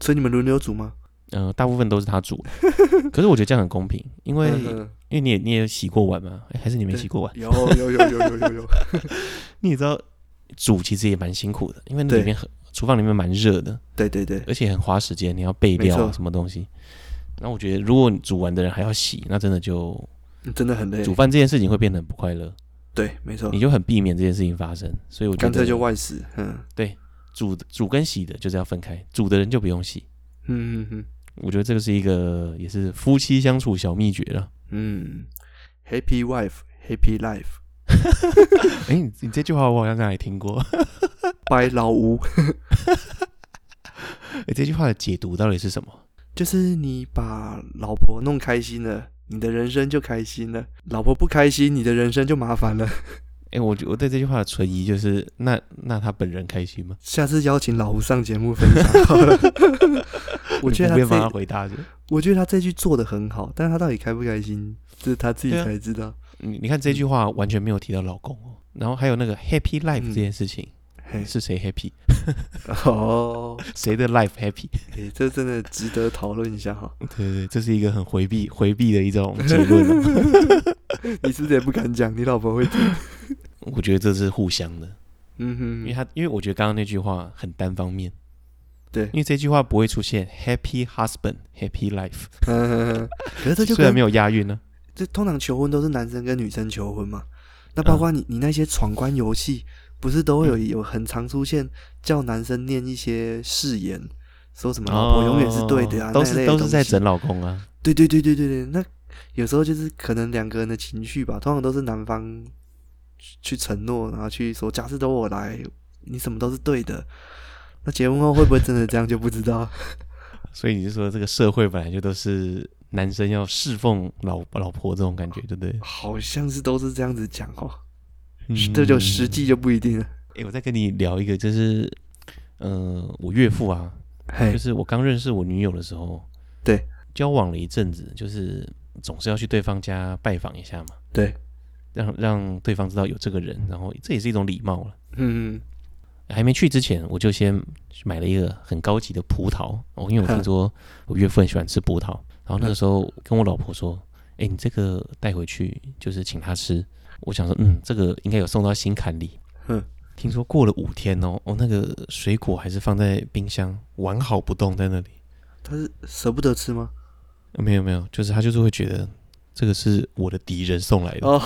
[SPEAKER 2] 所以你们轮流煮吗？
[SPEAKER 1] 呃，大部分都是 他煮的，可是我觉得这样很公平，因为
[SPEAKER 2] 嗯嗯
[SPEAKER 1] 因为你也你也洗过碗嘛，诶还是你没洗过碗？
[SPEAKER 2] 有有有有有有有，
[SPEAKER 1] 你也知道煮其实也蛮辛苦的，因为那
[SPEAKER 2] 对
[SPEAKER 1] 里面很厨房里面蛮热的，
[SPEAKER 2] 对对对，
[SPEAKER 1] 而且很花时间，你要备
[SPEAKER 2] 没
[SPEAKER 1] 料啊
[SPEAKER 2] 错
[SPEAKER 1] 什么东西。然后我觉得，如果你煮完的人还要洗，那真的就
[SPEAKER 2] 真的很累
[SPEAKER 1] 煮。饭这件事情会变得很不快乐，
[SPEAKER 2] 对，没错
[SPEAKER 1] 你，就很避免这件事情发生。所以我觉
[SPEAKER 2] 干脆就
[SPEAKER 1] 得
[SPEAKER 2] 外食。嗯
[SPEAKER 1] 煮煮跟洗的就是要分开，煮的人就不用洗。
[SPEAKER 2] 嗯嗯嗯
[SPEAKER 1] 我觉得这个是一个也是夫妻相处小秘诀了。
[SPEAKER 2] 嗯，Happy wife, Happy life。
[SPEAKER 1] 哎、你你这句话我好像在哪里听过。
[SPEAKER 2] 拜老吴，
[SPEAKER 1] 哎，这句话的解读到底是什么？
[SPEAKER 2] 就是你把老婆弄开心了，你的人生就开心了；老婆不开心，你的人生就麻烦了。
[SPEAKER 1] 哎，我我对这句话的存疑就是，那那他本人开心吗？
[SPEAKER 2] 下次邀请老吴上节目分享 好了。我觉得
[SPEAKER 1] 你
[SPEAKER 2] 他
[SPEAKER 1] 不便帮他
[SPEAKER 2] 这，
[SPEAKER 1] 回答是不是
[SPEAKER 2] 我觉得他这句做的很好，但是他到底开不开心，这是他自己
[SPEAKER 1] 对啊
[SPEAKER 2] 才知道。
[SPEAKER 1] 你你看这句话完全没有提到老公哦，然后还有那个 happy life
[SPEAKER 2] 嗯
[SPEAKER 1] 这件事情，
[SPEAKER 2] 嘿
[SPEAKER 1] 是谁 happy，
[SPEAKER 2] 哦，
[SPEAKER 1] 谁的 life happy？
[SPEAKER 2] 诶、这真的值得讨论一下哈。
[SPEAKER 1] 对对对，这是一个很回避回避的一种结论哦、
[SPEAKER 2] 你是不是也不敢讲？你老婆会听？
[SPEAKER 1] 我觉得这是互相的，因为
[SPEAKER 2] 嗯哼，
[SPEAKER 1] 他因为我觉得刚刚那句话很单方面，
[SPEAKER 2] 对
[SPEAKER 1] 因，为这句话不会出现 happy husband happy life，
[SPEAKER 2] 嗯，可是这就
[SPEAKER 1] 虽然
[SPEAKER 2] 跟
[SPEAKER 1] 没有押韵啊呢、
[SPEAKER 2] 这通常求婚都是男生跟女生求婚嘛，那包
[SPEAKER 1] 嗯
[SPEAKER 2] 括你、你那些闯关游戏，不是都会有有很常出现叫男生念一些誓言，说什么老婆永远是对的啊，
[SPEAKER 1] 哦都
[SPEAKER 2] 那一类
[SPEAKER 1] 是
[SPEAKER 2] 的
[SPEAKER 1] 都是在
[SPEAKER 2] 东西
[SPEAKER 1] 整老公啊，
[SPEAKER 2] 对对对对对对，那有时候就是可能两个人的情绪吧，通常都是男方去去承诺，然后去说假设都我来，你什么都是对的。那结婚后会不会真的这样就不知道？
[SPEAKER 1] 所以你是说这个社会本来就都是男生要侍奉老老婆这种感觉，对不对？
[SPEAKER 2] 好像是都是这样子讲哦，
[SPEAKER 1] 嗯
[SPEAKER 2] 这就实。际就不一定了。
[SPEAKER 1] 哎、我再跟你聊一个，就是，呃，我岳父啊，
[SPEAKER 2] 嘿
[SPEAKER 1] 就，是我刚认识我女友的时候，
[SPEAKER 2] 对，
[SPEAKER 1] 交往了一阵子，就是总是要去对方家拜访一下嘛，
[SPEAKER 2] 对，
[SPEAKER 1] 让让对方知道有这个人，然后这也是一种礼貌了。
[SPEAKER 2] 嗯，
[SPEAKER 1] 还没去之前，我就先买了一个很高级的葡萄，哦，因为我
[SPEAKER 2] 哼
[SPEAKER 1] 听说我岳父很喜欢吃葡萄，然后那个时候跟我老婆说：“哎、你这个带回去，就是请她吃。”我想说，嗯，这个应该有送到心坎里。
[SPEAKER 2] 嗯，
[SPEAKER 1] 听说过了五天哦，哦，那个水果还是放在冰箱完好不动在那里。
[SPEAKER 2] 他是舍不得吃吗？
[SPEAKER 1] 呃没有没有，就是他就是会觉得这个是我的敌人送来的。
[SPEAKER 2] 哦，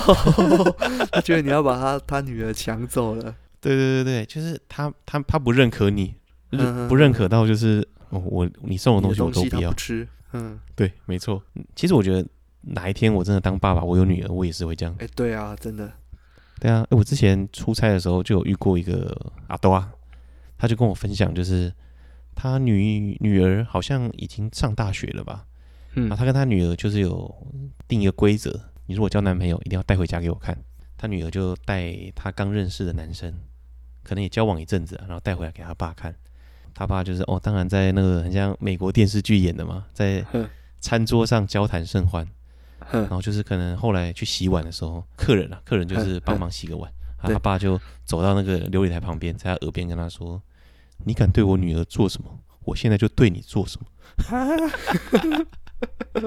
[SPEAKER 2] 他觉得你要把他他女儿抢走 了。
[SPEAKER 1] 对对对对，就是他他他不认可你，就是
[SPEAKER 2] 嗯嗯
[SPEAKER 1] 不认可到就是、哦、我你送的东
[SPEAKER 2] 你的
[SPEAKER 1] 西我
[SPEAKER 2] 东
[SPEAKER 1] 都
[SPEAKER 2] 西他
[SPEAKER 1] 不要
[SPEAKER 2] 不。吃，嗯，
[SPEAKER 1] 对，没错。嗯其实我觉得哪一天我真的当爸爸，我有女儿，我也是会这样。
[SPEAKER 2] 哎、对啊，真的，
[SPEAKER 1] 对啊，诶我之前出差的时候就有遇过一个阿多啊，他就跟我分享，就是他女女儿好像已经上大学了吧，
[SPEAKER 2] 嗯
[SPEAKER 1] 然后他跟他女儿就是有定一个规则，你如果交男朋友一定要带回家给我看。他女儿就带他刚认识的男生，可能也交往一阵子啊，然后带回来给他爸看。他爸就是哦，当然在那个很像美国电视剧演的嘛，在
[SPEAKER 2] 哼
[SPEAKER 1] 餐桌上交谈甚欢。
[SPEAKER 2] 哼嗯
[SPEAKER 1] 然，后就是可能后来去洗碗的时候，客人啊，客人就是帮忙洗个碗，啊，
[SPEAKER 2] 对
[SPEAKER 1] 他爸就走到那个琉璃台旁边，在他耳边跟他说：“你敢对我女儿做什么，我现在就对你做什么。嗯我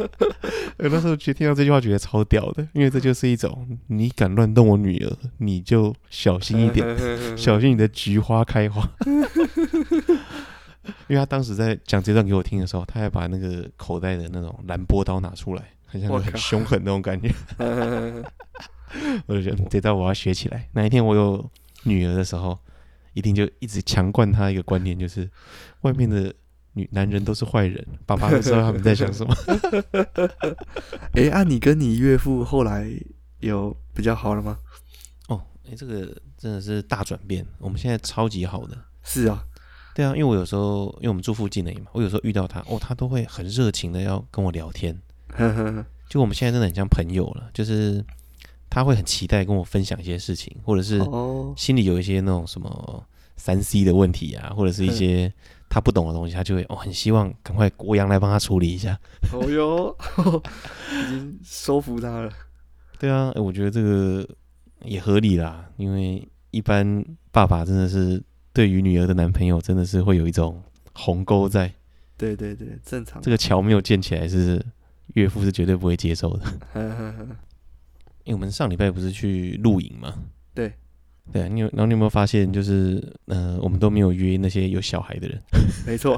[SPEAKER 1] 呃那时候觉得听到这句话觉得超屌的，因为这就是一种你敢乱动我女儿，你就小心一点， 小心你的菊花开花。因为他当时在讲这段给我听的时候，他还把那个口袋的那种蓝波刀拿出来，很像
[SPEAKER 2] 我
[SPEAKER 1] 很
[SPEAKER 2] 靠
[SPEAKER 1] 凶狠那种感 觉。
[SPEAKER 2] 嗯，
[SPEAKER 1] 我就觉得嗯这招我要学起来。哪一天我有女儿的时候，一定就一直强灌她一个观念，就是外面的女男人都是坏人，爸爸不知道他们在想什么。
[SPEAKER 2] 哎、啊，你跟你岳父后来有比较好了吗？
[SPEAKER 1] 哦，哎、这个真的是大转变，我们现在超级好的。
[SPEAKER 2] 是啊，
[SPEAKER 1] 对啊，因为我有时候因为我们住附近而已嘛，我有时候遇到他，哦，他都会很热情的要跟我聊天，
[SPEAKER 2] 呵呵呵
[SPEAKER 1] 就我们现在真的很像朋友了，就是他会很期待跟我分享一些事情，或者是
[SPEAKER 2] 哦，
[SPEAKER 1] 心里有一些那种什么三 C 的问题啊，或者是一些他不懂的东西，他就会哦，很希望赶快国阳来帮他处理一下。
[SPEAKER 2] 哦哟， 已经收服他了。
[SPEAKER 1] 对啊，诶我觉得这个也合理啦，因为一般爸爸真的是对于女儿的男朋友真的是会有一种鸿沟在，
[SPEAKER 2] 对对对，正常。
[SPEAKER 1] 这个桥没有建起来是岳父是绝对不会接受的。
[SPEAKER 2] 呵呵呵
[SPEAKER 1] 因为我们上礼拜不是去露营嘛？
[SPEAKER 2] 对。
[SPEAKER 1] 对啊，你有然后你有没有发现，就是呃，我们都没有约那些有小孩的人，
[SPEAKER 2] 没错。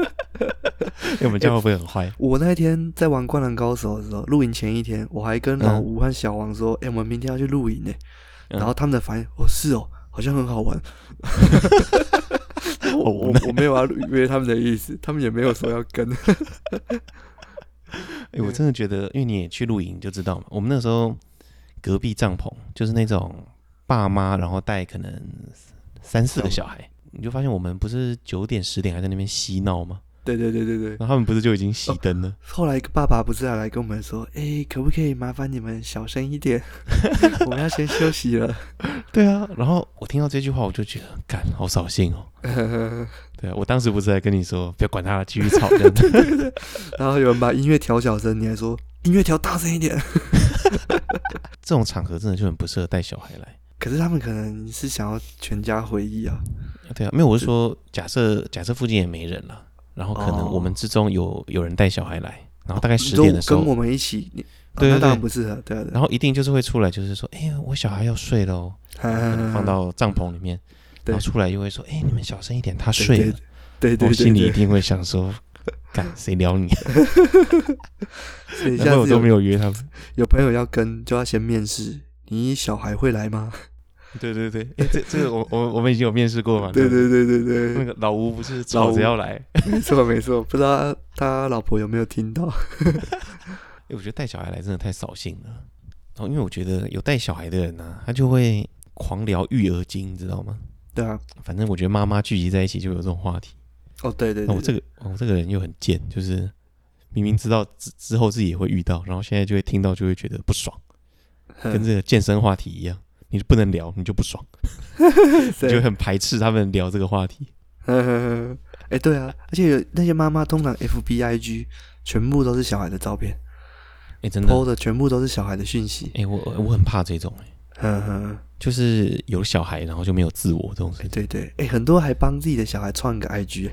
[SPEAKER 1] 因为我们这样会不会很坏？
[SPEAKER 2] 我那一天在玩《灌篮高手》的时候，露营前一天，我还跟老
[SPEAKER 1] 嗯
[SPEAKER 2] 吴和小王说：“哎、我们明天要去露营呢。
[SPEAKER 1] 嗯
[SPEAKER 2] 然后他们的反应：“哦，是哦，好像很好 玩。我”我我没有要约他们的意思，他们也没有说要 跟。
[SPEAKER 1] 哎、
[SPEAKER 2] 嗯
[SPEAKER 1] 我真的觉得，因为你也去露营就知道嘛，我们那时候隔壁帐篷就是那种爸妈，然后带可能三四个小孩，你就发现我们不是九点十点还在那边嬉闹吗？
[SPEAKER 2] 对对对对对。
[SPEAKER 1] 然后他们不是就已经熄灯 了？
[SPEAKER 2] 后来爸爸不是还来跟我们说：“哎、可不可以麻烦你们小声 一点？我们要先休息了。
[SPEAKER 1] 对啊，然后我听到这句话，我就觉得，干，好扫兴 哦。对啊，我当时不是还跟你说，不要管他了，继续吵这 样子。
[SPEAKER 2] 然后有人把音乐调小声，你还说音乐调大声一点。
[SPEAKER 1] 这种场合真的就很不适合带小孩来。
[SPEAKER 2] 可是他们可能是想要全家回忆啊。
[SPEAKER 1] 对啊，没有，我是说，假设假设附近也没人了，然后可能
[SPEAKER 2] 哦
[SPEAKER 1] 我们之中有有人带小孩来，然后大概
[SPEAKER 2] 你
[SPEAKER 1] 十
[SPEAKER 2] 说
[SPEAKER 1] 点的时候
[SPEAKER 2] 跟，我们一起，你哦
[SPEAKER 1] 对对
[SPEAKER 2] 那当然
[SPEAKER 1] 对
[SPEAKER 2] 不适合，对啊对啊。
[SPEAKER 1] 然后一定就是会出来，就是说，哎呀，我小孩要睡喽，可能放到帐篷里面，
[SPEAKER 2] 嗯对
[SPEAKER 1] 然后出来又会说，哎，你们小声一点，他
[SPEAKER 2] 对
[SPEAKER 1] 睡了。，
[SPEAKER 2] 对对对
[SPEAKER 1] 我
[SPEAKER 2] 对，
[SPEAKER 1] 心里
[SPEAKER 2] 对
[SPEAKER 1] 一定会想说，干谁聊 你？
[SPEAKER 2] 所以
[SPEAKER 1] 难怪
[SPEAKER 2] 下
[SPEAKER 1] 我
[SPEAKER 2] 次
[SPEAKER 1] 都没
[SPEAKER 2] 有
[SPEAKER 1] 有约他们。
[SPEAKER 2] 有朋友要跟，就要先面试。你小孩会来 吗？
[SPEAKER 1] 对对对，哎，这这个我我我们已经有面试过嘛？
[SPEAKER 2] 对
[SPEAKER 1] 不
[SPEAKER 2] 对对对
[SPEAKER 1] 那
[SPEAKER 2] 对，
[SPEAKER 1] 个老吴不是
[SPEAKER 2] 老
[SPEAKER 1] 吵
[SPEAKER 2] 吴
[SPEAKER 1] 着要来？哎
[SPEAKER 2] 没错没错，不知道他老婆有没有听到？
[SPEAKER 1] 哎，我觉得带小孩来真的太扫兴了。然后，因为我觉得有带小孩的人呢、啊他就会狂聊育儿经，你知道吗？
[SPEAKER 2] 对啊，
[SPEAKER 1] 反正我觉得妈妈聚集在一起就有这种话题。
[SPEAKER 2] 哦对对
[SPEAKER 1] 那我
[SPEAKER 2] 对，
[SPEAKER 1] 这个，我这个人又很贱，就是明明知道之之后自己也会遇到，然后现在就会听到，就会觉得不爽，跟
[SPEAKER 2] 嗯
[SPEAKER 1] 这个健身话题一样，你就不能聊，你就不爽，你就
[SPEAKER 2] 对
[SPEAKER 1] 会很排斥他们聊这个话题。
[SPEAKER 2] 呵呵呵哎对啊，而且有那些妈妈通常 F B I G 全部都是小孩的照片
[SPEAKER 1] 哎、真的，
[SPEAKER 2] ，PO 的全部都是小孩的讯息。
[SPEAKER 1] 哎、我我我很怕这种、哎，
[SPEAKER 2] 呵呵，
[SPEAKER 1] 就是有小孩然后就没有自我这种事
[SPEAKER 2] 哎
[SPEAKER 1] 情。
[SPEAKER 2] 对对，哎很多还帮自己的小孩创一个 I G，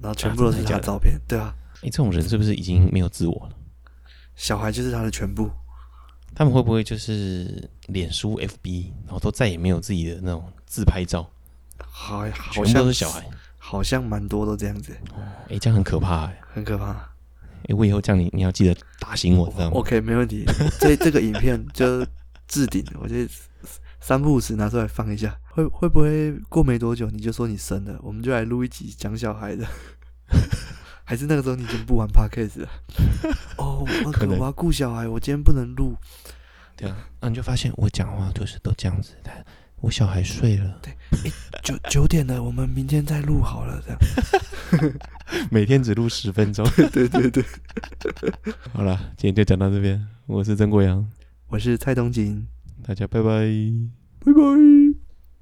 [SPEAKER 2] 然后全部都
[SPEAKER 1] 啊
[SPEAKER 2] 是
[SPEAKER 1] 真的
[SPEAKER 2] 他
[SPEAKER 1] 假
[SPEAKER 2] 的
[SPEAKER 1] 的
[SPEAKER 2] 照片，对啊，
[SPEAKER 1] 诶，哎这种人是不是已经没有自我了？
[SPEAKER 2] 小孩就是他的全部。
[SPEAKER 1] 他们会不会就是脸书、FB，然后都再也没有自己的那种自拍照，
[SPEAKER 2] 好，好
[SPEAKER 1] 全部
[SPEAKER 2] 像
[SPEAKER 1] 都是小，孩？
[SPEAKER 2] 好像蛮多都这样子，
[SPEAKER 1] 诶，这样很可怕诶。
[SPEAKER 2] 很可怕。
[SPEAKER 1] 嗯诶，我以后这样你你要记得打醒我，知道吗？
[SPEAKER 2] OK，没问题。这这个影 片就置顶，我觉得三不五时拿出来放一下。会会不会过没多久你就说你生了，我们就来录一集讲小 孩的？还是那个时候你已经不 玩 Podcast 了？哦，那
[SPEAKER 1] 可
[SPEAKER 2] 个
[SPEAKER 1] 能
[SPEAKER 2] 我要顾小孩，我今天不能录。
[SPEAKER 1] 对啊，那你就发现我讲话就是都这样子，他我小孩睡了，
[SPEAKER 2] 九九点了，我们明天再录好了。这样，
[SPEAKER 1] 每天只录十分钟。
[SPEAKER 2] 对对对，
[SPEAKER 1] 好啦，今天就讲到这边，我是曾国阳，
[SPEAKER 2] 我是蔡东锦，
[SPEAKER 1] 大家拜拜。
[SPEAKER 2] 拜拜。